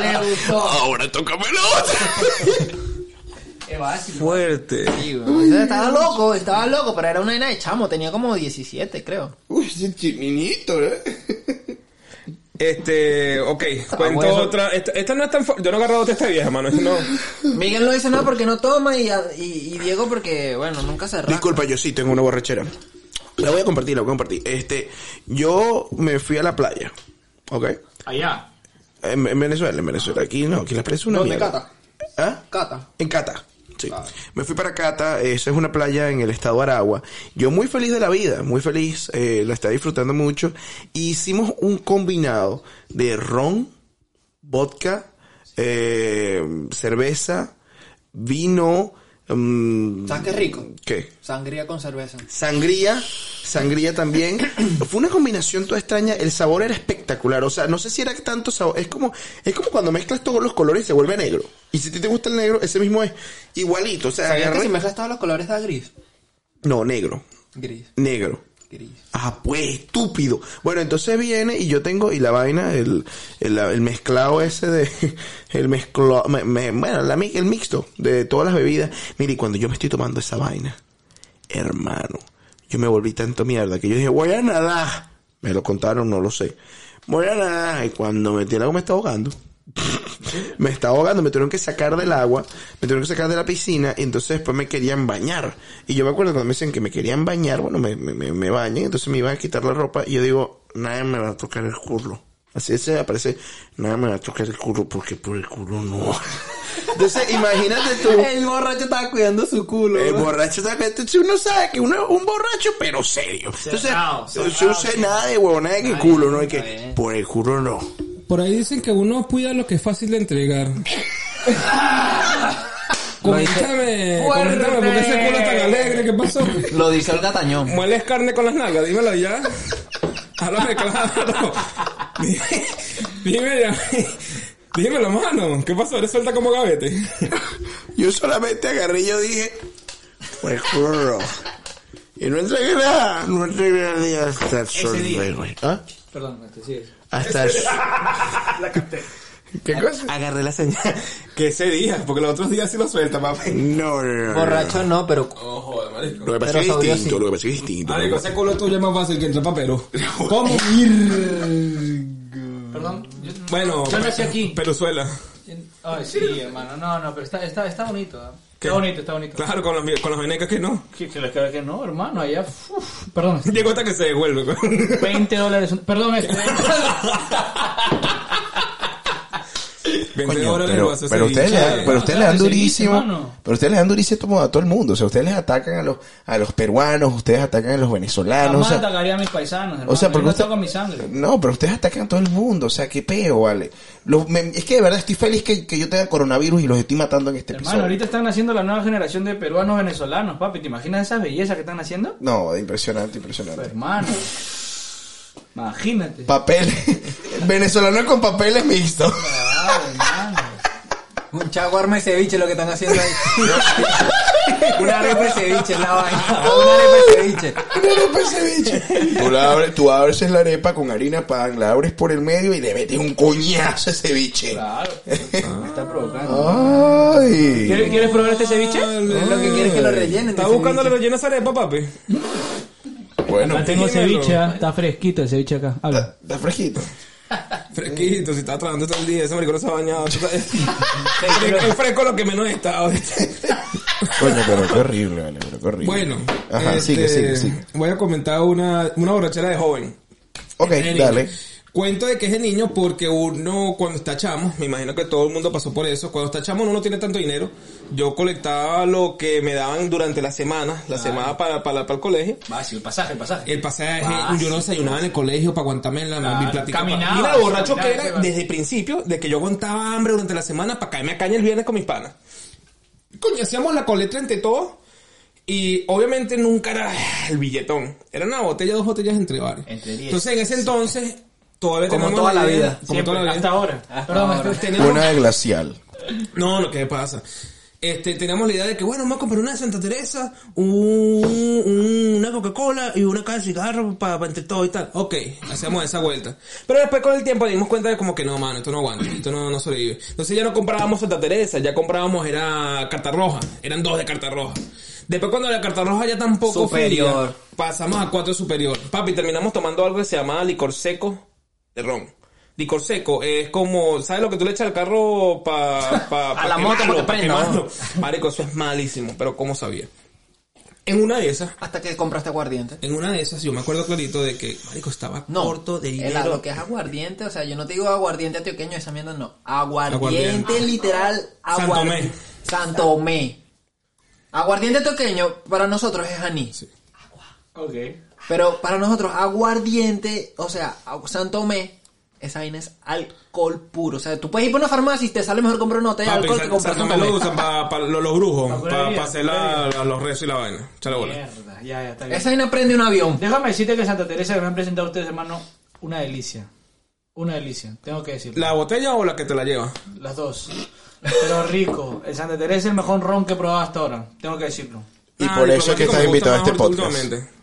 [SPEAKER 5] Le gustó.
[SPEAKER 1] Ahora tócame la otra.
[SPEAKER 3] Fuerte.
[SPEAKER 5] Sí, güey. O sea, estaba loco, estaba loco, pero era una nena de chamo, tenía como 17, creo.
[SPEAKER 6] Uy, ese chiminito, ¿eh?
[SPEAKER 3] Este, ok, cuento
[SPEAKER 5] bueno.
[SPEAKER 3] otra. Esta, esta no es tan fuerte. Yo no he agarrado de esta vieja, mano. Esta no.
[SPEAKER 5] Miguel no dice nada porque no toma y, y- y Diego porque, bueno, nunca se rasca.
[SPEAKER 1] Disculpa, yo sí tengo una borrachera. La voy a compartir, la voy a compartir. Este, yo me fui a la playa. ¿Ok?
[SPEAKER 4] Allá.
[SPEAKER 1] En, en Venezuela, en Venezuela. Aquí no, aquí la playa es una
[SPEAKER 5] ¿Dónde,
[SPEAKER 1] mierda.
[SPEAKER 5] Cata?
[SPEAKER 1] ¿Ah?
[SPEAKER 5] Cata.
[SPEAKER 1] En Cata. Sí.
[SPEAKER 5] Ah.
[SPEAKER 1] Me fui para Cata, esa es una playa en el estado Aragua. Yo muy feliz de la vida, muy feliz, eh, la está disfrutando mucho. Hicimos un combinado de ron, vodka, eh, cerveza, vino, mm,
[SPEAKER 5] ¿Sabes qué rico?
[SPEAKER 1] ¿qué?
[SPEAKER 5] Sangría con cerveza.
[SPEAKER 1] Sangría, sangría también. Fue una combinación toda extraña. El sabor era espectacular. O sea, no sé si era tanto sabor. Es como, es como cuando mezclas todos los colores y se vuelve negro. Y si a ti te gusta el negro, ese mismo es igualito. O sea,
[SPEAKER 5] ¿Sabías que
[SPEAKER 1] agarré-
[SPEAKER 5] si mezclas todos los colores da gris?
[SPEAKER 1] No, negro.
[SPEAKER 5] Gris,
[SPEAKER 1] Negro.
[SPEAKER 5] gris.
[SPEAKER 1] Ah, pues, estúpido. Bueno, entonces viene y yo tengo, y la vaina, el, el, el mezclado ese de, el mezclado, bueno, la mi- el mixto de todas las bebidas. Mire, y cuando yo me estoy tomando esa vaina, hermano, yo me volví tanto mierda que yo dije, voy a nadar. Me lo contaron, no lo sé. Voy a nadar. Y cuando metí el agua me estaba ahogando. me estaba ahogando, me tuvieron que sacar del agua, me tuvieron que sacar de la piscina y entonces después me querían bañar. Y yo me acuerdo cuando me dicen que me querían bañar, bueno, me, me, me, me bañan, entonces me iban a quitar la ropa y yo digo, nadie me va a tocar el culo. Así se aparece, nadie me va a tocar el culo porque por el culo no. Entonces imagínate tú.
[SPEAKER 5] El borracho estaba cuidando su culo.
[SPEAKER 1] El
[SPEAKER 5] bro.
[SPEAKER 1] borracho también, entonces uno sabe que uno es un borracho, pero serio. Entonces,
[SPEAKER 5] Cerrado,
[SPEAKER 1] yo sé nada de huevonada de que culo, ¿no? Y que
[SPEAKER 5] bien.
[SPEAKER 1] por el culo no.
[SPEAKER 8] Por ahí dicen que uno cuida lo que es fácil de entregar. coméntame, coméntame, ¿por qué ese culo tan alegre? ¿Qué pasó?
[SPEAKER 5] Lo dice Olga Tañón.
[SPEAKER 8] ¿Mueles carne con las nalgas? Dímelo ya. Háblame claro. Dime, dime ya. Dímelo, mano. ¿Qué pasó? ¿Eres suelta como gavete?
[SPEAKER 1] Yo solamente agarré y yo dije, por el culo no. Y no entregué nada, no entregué nada hasta el sol, güey. ¿Ah?
[SPEAKER 4] Perdón, te sigues.
[SPEAKER 1] Hasta el sol. ¿Qué cosa?
[SPEAKER 3] Agarré la señal. Que ese día, porque los otros días sí lo suelta, papi.
[SPEAKER 1] No, no, no, no.
[SPEAKER 5] Borracho no, pero...
[SPEAKER 3] No joder, marico.
[SPEAKER 1] Lo que pasa
[SPEAKER 5] Pero
[SPEAKER 1] es que
[SPEAKER 5] sabió
[SPEAKER 1] es distinto, lo que pasa es que es distinto.
[SPEAKER 8] Marico, ese culo tuyo es más fácil que entre papero.
[SPEAKER 3] ¿Cómo?
[SPEAKER 4] Perdón. Yo,
[SPEAKER 3] Bueno,
[SPEAKER 4] Yo nací aquí.
[SPEAKER 3] Peruzuela.
[SPEAKER 4] Ay, sí, hermano. No, no, pero está, está, está bonito. ¿eh?
[SPEAKER 3] ¿Qué?
[SPEAKER 4] Está bonito, está bonito.
[SPEAKER 3] Claro, con los, con los venecas que no.
[SPEAKER 4] Que, que, que, que no, hermano, allá. uf, perdón.
[SPEAKER 3] Llegó hasta que se devuelve. güey.
[SPEAKER 4] 20 dólares. un- Perdón, este, esto.
[SPEAKER 3] 20
[SPEAKER 1] Coño,
[SPEAKER 3] dólares lo
[SPEAKER 4] pues,
[SPEAKER 1] pero, pero
[SPEAKER 3] hace ese
[SPEAKER 1] ustedes le
[SPEAKER 3] día.
[SPEAKER 1] dan, pero ustedes le dan
[SPEAKER 4] Claro,
[SPEAKER 1] durísimo,
[SPEAKER 4] servicio, mano.
[SPEAKER 1] pero ustedes le dan durísimo a todo el mundo, o sea, ustedes les atacan a los, a los peruanos, ustedes atacan a los venezolanos,
[SPEAKER 4] Jamás
[SPEAKER 1] Ah, o sea,
[SPEAKER 4] atacaría a mis paisanos, hermano.
[SPEAKER 1] o sea,
[SPEAKER 4] Yo
[SPEAKER 1] porque
[SPEAKER 4] no
[SPEAKER 1] usted- Eh,
[SPEAKER 4] toco mi sangre.
[SPEAKER 1] No, pero ustedes atacan a todo el mundo, o sea, qué peo, vale. Los- me- es que de verdad estoy feliz que, que yo tenga coronavirus y los estoy matando en este
[SPEAKER 4] Hermano,
[SPEAKER 1] episodio.
[SPEAKER 4] ahorita están haciendo la nueva generación de peruanos venezolanos, papi. ¿Te imaginas esas bellezas que están haciendo?
[SPEAKER 1] No, impresionante, impresionante.
[SPEAKER 4] Hermano. Imagínate.
[SPEAKER 1] Papel, venezolano con papeles mixtos.
[SPEAKER 4] Ah, hermano.
[SPEAKER 5] Un chaguarme ceviche lo que están haciendo ahí. Una arepa de ceviche es la vaina. Una arepa de ceviche.
[SPEAKER 1] Una arepa pues, ese bicho. Tú, la abres, tú abres la arepa con harina pan, la abres por el medio y le metes un coñazo a ese biche.
[SPEAKER 4] Claro. pues,
[SPEAKER 5] Me está provocando.
[SPEAKER 1] Ah.
[SPEAKER 4] ¿Quieres,
[SPEAKER 1] Ay.
[SPEAKER 4] quieres probar este ceviche?
[SPEAKER 5] Es lo que quieres que lo rellenen.
[SPEAKER 3] Está
[SPEAKER 5] de
[SPEAKER 3] buscando
[SPEAKER 5] ceviche.
[SPEAKER 3] relleno esa arepa, papi.
[SPEAKER 1] Bueno,
[SPEAKER 4] tengo ah,
[SPEAKER 3] dímelo.
[SPEAKER 4] ceviche, ¿ah? está fresquito el ceviche acá. Habla.
[SPEAKER 1] está fresquito.
[SPEAKER 3] Fresquito, si estaba trabajando todo el día, ese marico no se ha bañado. tú sabes. Es fresco lo que menos está.
[SPEAKER 6] Coño, pero qué horrible, vale, pero qué horrible.
[SPEAKER 3] Bueno,
[SPEAKER 6] Ajá,
[SPEAKER 3] este,
[SPEAKER 6] sigue, sigue, sigue.
[SPEAKER 3] voy a comentar una, una borrachera de joven.
[SPEAKER 6] Ok,
[SPEAKER 3] de niño.
[SPEAKER 6] dale.
[SPEAKER 3] Cuento de que es de niño porque uno cuando está chamo, me imagino que todo el mundo pasó por eso, cuando está chamo uno no tiene tanto dinero. Yo colectaba lo que me daban durante la semana, la semana para, para, para el colegio.
[SPEAKER 9] Básico, el pasaje, el pasaje.
[SPEAKER 3] El pasaje, eh,
[SPEAKER 9] Básico.
[SPEAKER 3] yo no desayunaba en el colegio para aguantarme en la
[SPEAKER 9] Claro,
[SPEAKER 3] mi platica.
[SPEAKER 9] caminaba,
[SPEAKER 3] Mira lo borracho que
[SPEAKER 9] caminaba,
[SPEAKER 3] era
[SPEAKER 9] sí,
[SPEAKER 3] desde el principio, de que yo aguantaba hambre durante la semana para caerme a caña el viernes con mis panas. Coño, hacíamos la coleta entre todos y obviamente nunca era el billetón. Era una botella, dos botellas entre varios.
[SPEAKER 9] Entre diez.
[SPEAKER 3] Entonces en ese entonces, todavía
[SPEAKER 5] Como
[SPEAKER 3] teníamos
[SPEAKER 5] toda la
[SPEAKER 3] idea-
[SPEAKER 5] vida,
[SPEAKER 3] Como
[SPEAKER 9] Siempre,
[SPEAKER 3] toda la vida.
[SPEAKER 9] hasta ahora.
[SPEAKER 4] Perdón, este,
[SPEAKER 3] Teníamos-
[SPEAKER 6] Una de glacial.
[SPEAKER 3] no, no, ¿qué pasa? Este, teníamos la idea de que, bueno, vamos a comprar una de Santa Teresa, un- un- una Coca-Cola y una caja de cigarro para entre todo y tal. Ok, hacemos esa vuelta. Pero después con el tiempo dimos cuenta de como que no, mano, esto no aguanta, esto no, no sobrevive. Entonces ya no comprábamos Santa Teresa, ya comprábamos, era Carta Roja, eran dos de Carta Roja. Después cuando la Carta Roja ya tampoco fue
[SPEAKER 5] Superior.
[SPEAKER 3] pasamos a cuatro superior. Papi, terminamos tomando algo que se llama licor seco de ron. Licor seco eh, es como, ¿sabes lo que tú le echas al carro para pa,
[SPEAKER 5] A la moto
[SPEAKER 6] pues,
[SPEAKER 3] quemarlo,
[SPEAKER 5] pa' que prenda,
[SPEAKER 3] quemarlo? Marico, eso es malísimo, pero ¿cómo sabía? En una de esas,
[SPEAKER 5] Hasta que compraste aguardiente.
[SPEAKER 3] en una de esas, yo me acuerdo clarito de que, marico, estaba
[SPEAKER 5] No.
[SPEAKER 3] corto de
[SPEAKER 5] el-
[SPEAKER 3] dinero.
[SPEAKER 5] lo que es aguardiente, o sea, yo no te digo aguardiente antioqueño, esa mierda no. Aguardiente,
[SPEAKER 3] Aguardiente.
[SPEAKER 5] literal, aguardiente.
[SPEAKER 3] Santomé.
[SPEAKER 5] Santomé. Aguardiente antioqueño para nosotros es anís.
[SPEAKER 4] ok.
[SPEAKER 5] Pero para nosotros, aguardiente, o sea, agu- Santomé, esa vaina es alcohol puro. O sea, tú puedes ir por una farmacia y te sale mejor comprar una botella de
[SPEAKER 3] Papi,
[SPEAKER 5] alcohol que
[SPEAKER 3] San-
[SPEAKER 5] comprar
[SPEAKER 3] Santo me lo
[SPEAKER 5] Santomé.
[SPEAKER 3] usan para los, los brujos,
[SPEAKER 4] Pa'
[SPEAKER 3] para
[SPEAKER 4] curaría,
[SPEAKER 3] hacer la- la- los rezos y la vaina. Chale, bola.
[SPEAKER 4] Mierda, ya, ya, está bien.
[SPEAKER 5] Esa vaina prende un avión.
[SPEAKER 4] Déjame decirte que Santa Teresa que me han presentado ustedes, hermano, una delicia. Una delicia, tengo que decirlo.
[SPEAKER 3] ¿La botella o la que te la lleva?
[SPEAKER 4] Las dos. Pero rico. El Santa Teresa es el mejor ron que he probado hasta ahora, tengo que decirlo.
[SPEAKER 6] Y
[SPEAKER 3] Ah,
[SPEAKER 6] por eso es que
[SPEAKER 3] diplomático me
[SPEAKER 6] estás
[SPEAKER 3] gusta
[SPEAKER 6] invitado a este
[SPEAKER 3] más
[SPEAKER 6] podcast.
[SPEAKER 3] últimamente.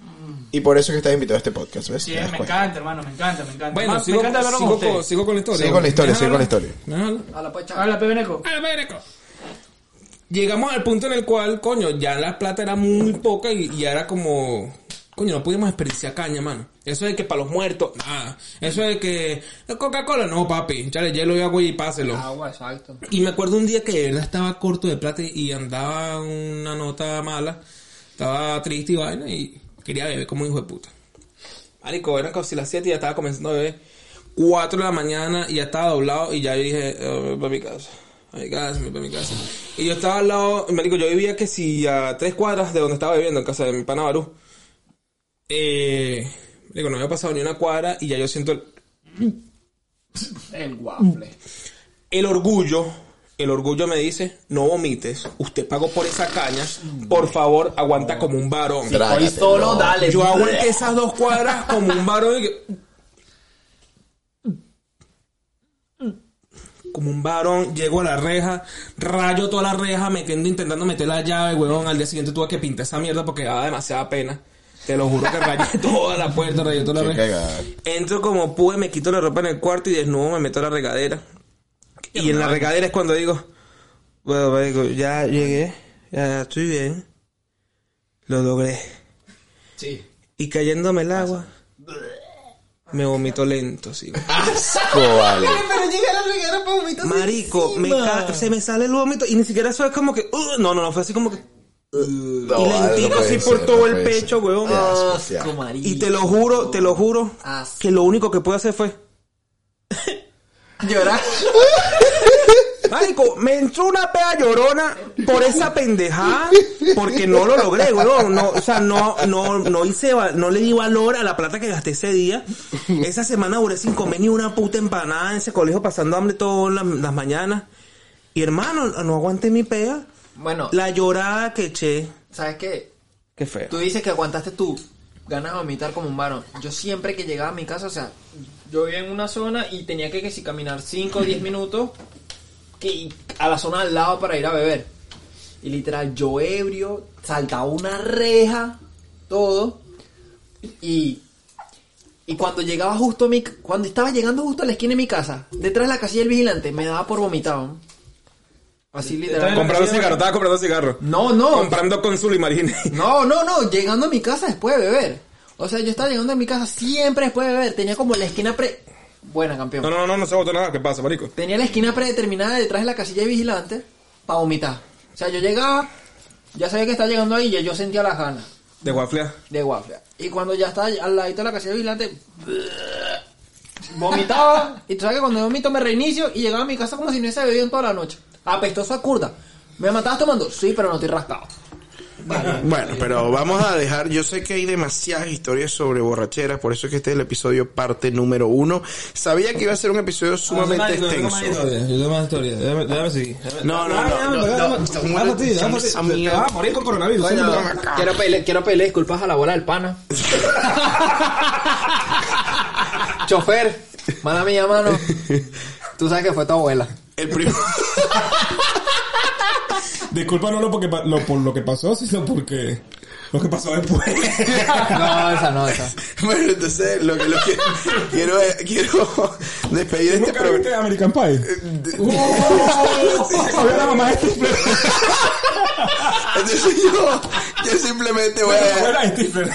[SPEAKER 6] Y por eso es que estás invitado a este podcast, ¿ves?
[SPEAKER 4] Sí,
[SPEAKER 6] Te
[SPEAKER 4] me
[SPEAKER 6] das cuenta.
[SPEAKER 4] encanta, hermano, me encanta, me encanta.
[SPEAKER 3] Bueno,
[SPEAKER 4] Más,
[SPEAKER 3] sigo,
[SPEAKER 4] me encanta hablar con
[SPEAKER 3] sigo,
[SPEAKER 4] ustedes.
[SPEAKER 3] con, sigo con la historia.
[SPEAKER 6] Sigue con la historia, sigue con la historia.
[SPEAKER 3] Déjalo.
[SPEAKER 5] A la pues, chao.
[SPEAKER 4] Habla, Pebeneco.
[SPEAKER 3] Llegamos al punto en el cual, coño, ya la plata era muy poca y, y era como... Coño, no pudimos desperdiciar caña, mano. Eso de que para los muertos, nada. Eso de que... Coca-Cola, no, papi. Chale, hielo y agua y páselo.
[SPEAKER 5] Agua, exacto.
[SPEAKER 3] Y me acuerdo un día que de verdad estaba corto de plata y andaba una nota mala, estaba triste y vaina y quería beber como un hijo de puta. Marico, eran casi las 7 y ya estaba comenzando a beber. 4 de la mañana y ya estaba doblado y ya yo dije, "Eh, para mi casa, a mi casa, para mi casa. Y yo estaba al lado, marico, yo vivía que si a tres cuadras de donde estaba viviendo, en casa de mi pana Barú. Eh, marico, no había pasado ni una cuadra y ya yo siento el,
[SPEAKER 5] El waffle.
[SPEAKER 3] el orgullo, el orgullo me dice, no vomites, usted pagó por esa caña, por favor, aguanta como un varón.
[SPEAKER 5] Hoy
[SPEAKER 6] Trágatelo.
[SPEAKER 5] solo dale.
[SPEAKER 3] Yo aguanté esas dos cuadras como un varón. y que- Como un varón, llego a la reja, rayo toda la reja, metiendo, intentando meter la llave, huevón. Al día siguiente tuve que pintar esa mierda porque daba demasiada pena. Te lo juro que rayé toda la puerta, rayé toda la
[SPEAKER 6] Qué
[SPEAKER 3] reja.
[SPEAKER 6] cagada.
[SPEAKER 3] Entro como pude, me quito la ropa en el cuarto y desnudo me meto a la regadera. Y en la regadera es cuando digo, bueno, marico, ya llegué, ya estoy bien, lo logré.
[SPEAKER 4] Sí.
[SPEAKER 3] Y cayéndome el agua, me vomito lento, sí.
[SPEAKER 6] Asco, vale.
[SPEAKER 3] Marico, me ca- se me sale el vómito y ni siquiera eso es como que, "Uh", no, no, no, fue así como que,
[SPEAKER 6] No,
[SPEAKER 3] y
[SPEAKER 6] vale, no
[SPEAKER 3] lentico
[SPEAKER 6] puede
[SPEAKER 3] así
[SPEAKER 6] ser,
[SPEAKER 3] por
[SPEAKER 6] no
[SPEAKER 3] todo el
[SPEAKER 6] puede ser.
[SPEAKER 3] pecho, huevón.
[SPEAKER 6] Qué asco, qué
[SPEAKER 5] Asco,
[SPEAKER 6] asco.
[SPEAKER 5] marico.
[SPEAKER 3] Y te lo juro, te lo juro,
[SPEAKER 5] Asco.
[SPEAKER 3] que lo único que pude hacer fue...
[SPEAKER 5] Llorar.
[SPEAKER 3] Marico, me entró una pea llorona por esa pendejada porque no lo logré, weón. No, o sea, no, no, no hice, va- no le di valor a la plata que gasté ese día. Esa semana duré sin comer ni una puta empanada en ese colegio pasando hambre todas las, las mañanas. Y hermano, no aguanté mi pea.
[SPEAKER 5] Bueno,
[SPEAKER 3] La llorada que eché.
[SPEAKER 5] ¿sabes qué?
[SPEAKER 3] Qué feo.
[SPEAKER 5] Tú dices que aguantaste tú ganas de vomitar como un varón. Yo siempre que llegaba a mi casa, o sea, yo vivía en una zona y tenía que, que si caminar 5 o 10 minutos que, y a la zona al lado para ir a beber. Y literal, yo ebrio, saltaba una reja, todo. Y, y cuando llegaba justo a mi... c- Cuando estaba llegando justo a la esquina de mi casa, detrás de la casilla del vigilante, me daba por vomitado. Así literal.
[SPEAKER 3] Comprando cigarro, estaba comprando cigarro.
[SPEAKER 5] No, no.
[SPEAKER 3] Comprando con Zulimarini.
[SPEAKER 5] No, no, no, llegando a mi casa después de beber. O sea, yo estaba llegando a mi casa siempre después de beber. Tenía como la esquina pre Buena, campeón.
[SPEAKER 3] No, no, no, no se votó nada. ¿Qué pasa, marico?
[SPEAKER 5] Tenía la esquina predeterminada detrás de la casilla de vigilante para vomitar. O sea, yo llegaba, ya sabía que estaba llegando ahí y yo sentía las ganas
[SPEAKER 3] De guaflea.
[SPEAKER 5] de waffle. Y cuando ya estaba al ladito de la casilla de vigilante, vomitaba. y tú sabes que cuando vomito me reinicio y llegaba a mi casa como si no hubiese bebido en toda la noche. Apestoso a curda. ¿Me matabas tomando? Sí, pero no estoy rascado.
[SPEAKER 1] Bueno, pero vamos a dejar. Yo sé que hay demasiadas historias sobre borracheras, por eso es que este es el episodio parte número uno. Sabía que iba a ser un episodio sumamente extenso.
[SPEAKER 8] Yo tengo más historia. Déjame, déjame seguir.
[SPEAKER 1] No, no, no, no, no.
[SPEAKER 8] Vamos a ti, vamos a ti. Te vas a morir con coronavirus.
[SPEAKER 5] Bueno, quiero pedirle, quiero pedirle disculpas a la bola del pana. Chofer, manda mi mano. Tú sabes que fue tu abuela.
[SPEAKER 1] El primero.
[SPEAKER 10] Disculpa no lo, porque, pa- lo por lo que pasó, sino porque lo que pasó después.
[SPEAKER 3] Este
[SPEAKER 5] No, esa no, esa.
[SPEAKER 1] Bueno, entonces lo que lo que quiero es- quiero despedir este
[SPEAKER 10] ¿Nunca viste
[SPEAKER 1] programa.
[SPEAKER 10] American
[SPEAKER 3] Eh,
[SPEAKER 10] Pie? Oh, Había la mamá de Stifler.
[SPEAKER 1] Entonces yo, yo simplemente voy a dejar- este
[SPEAKER 10] Era de Stifler.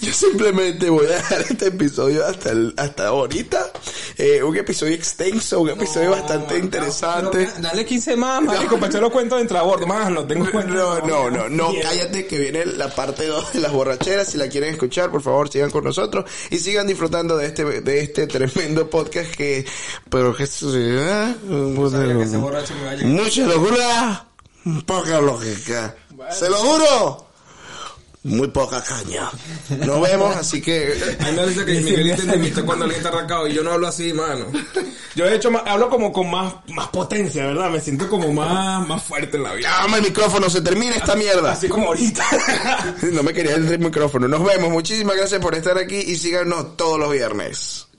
[SPEAKER 1] Yo simplemente voy a dejar este episodio hasta el- hasta ahorita. Eh, un episodio extenso, un episodio bastante interesante.
[SPEAKER 3] Dale 15 más, marico, para echar los cuentos de entrabordo. Más no tengo cuentos.
[SPEAKER 1] No, no, no, no, cállate que viene la parte 2 de las borracheras. Si la quieren escuchar, por favor, sigan con nosotros y sigan disfrutando de este, de este tremendo podcast que, pero que sociedad, mucha locura, poca lógica. Se lo juro, muy poca caña. Nos vemos, así que,
[SPEAKER 3] A mí me dice que Miguelito entrevistó cuando alguien está arrancado y yo no hablo así, mano. Yo de hecho ma- hablo como con más, más potencia, ¿verdad? Me siento como más, más fuerte en la vida.
[SPEAKER 1] llama ¡Ah, el micrófono, se termina esta mierda.
[SPEAKER 3] Así como ahorita.
[SPEAKER 1] No me quería el micrófono. Nos vemos, muchísimas gracias por estar aquí y síganos todos los viernes.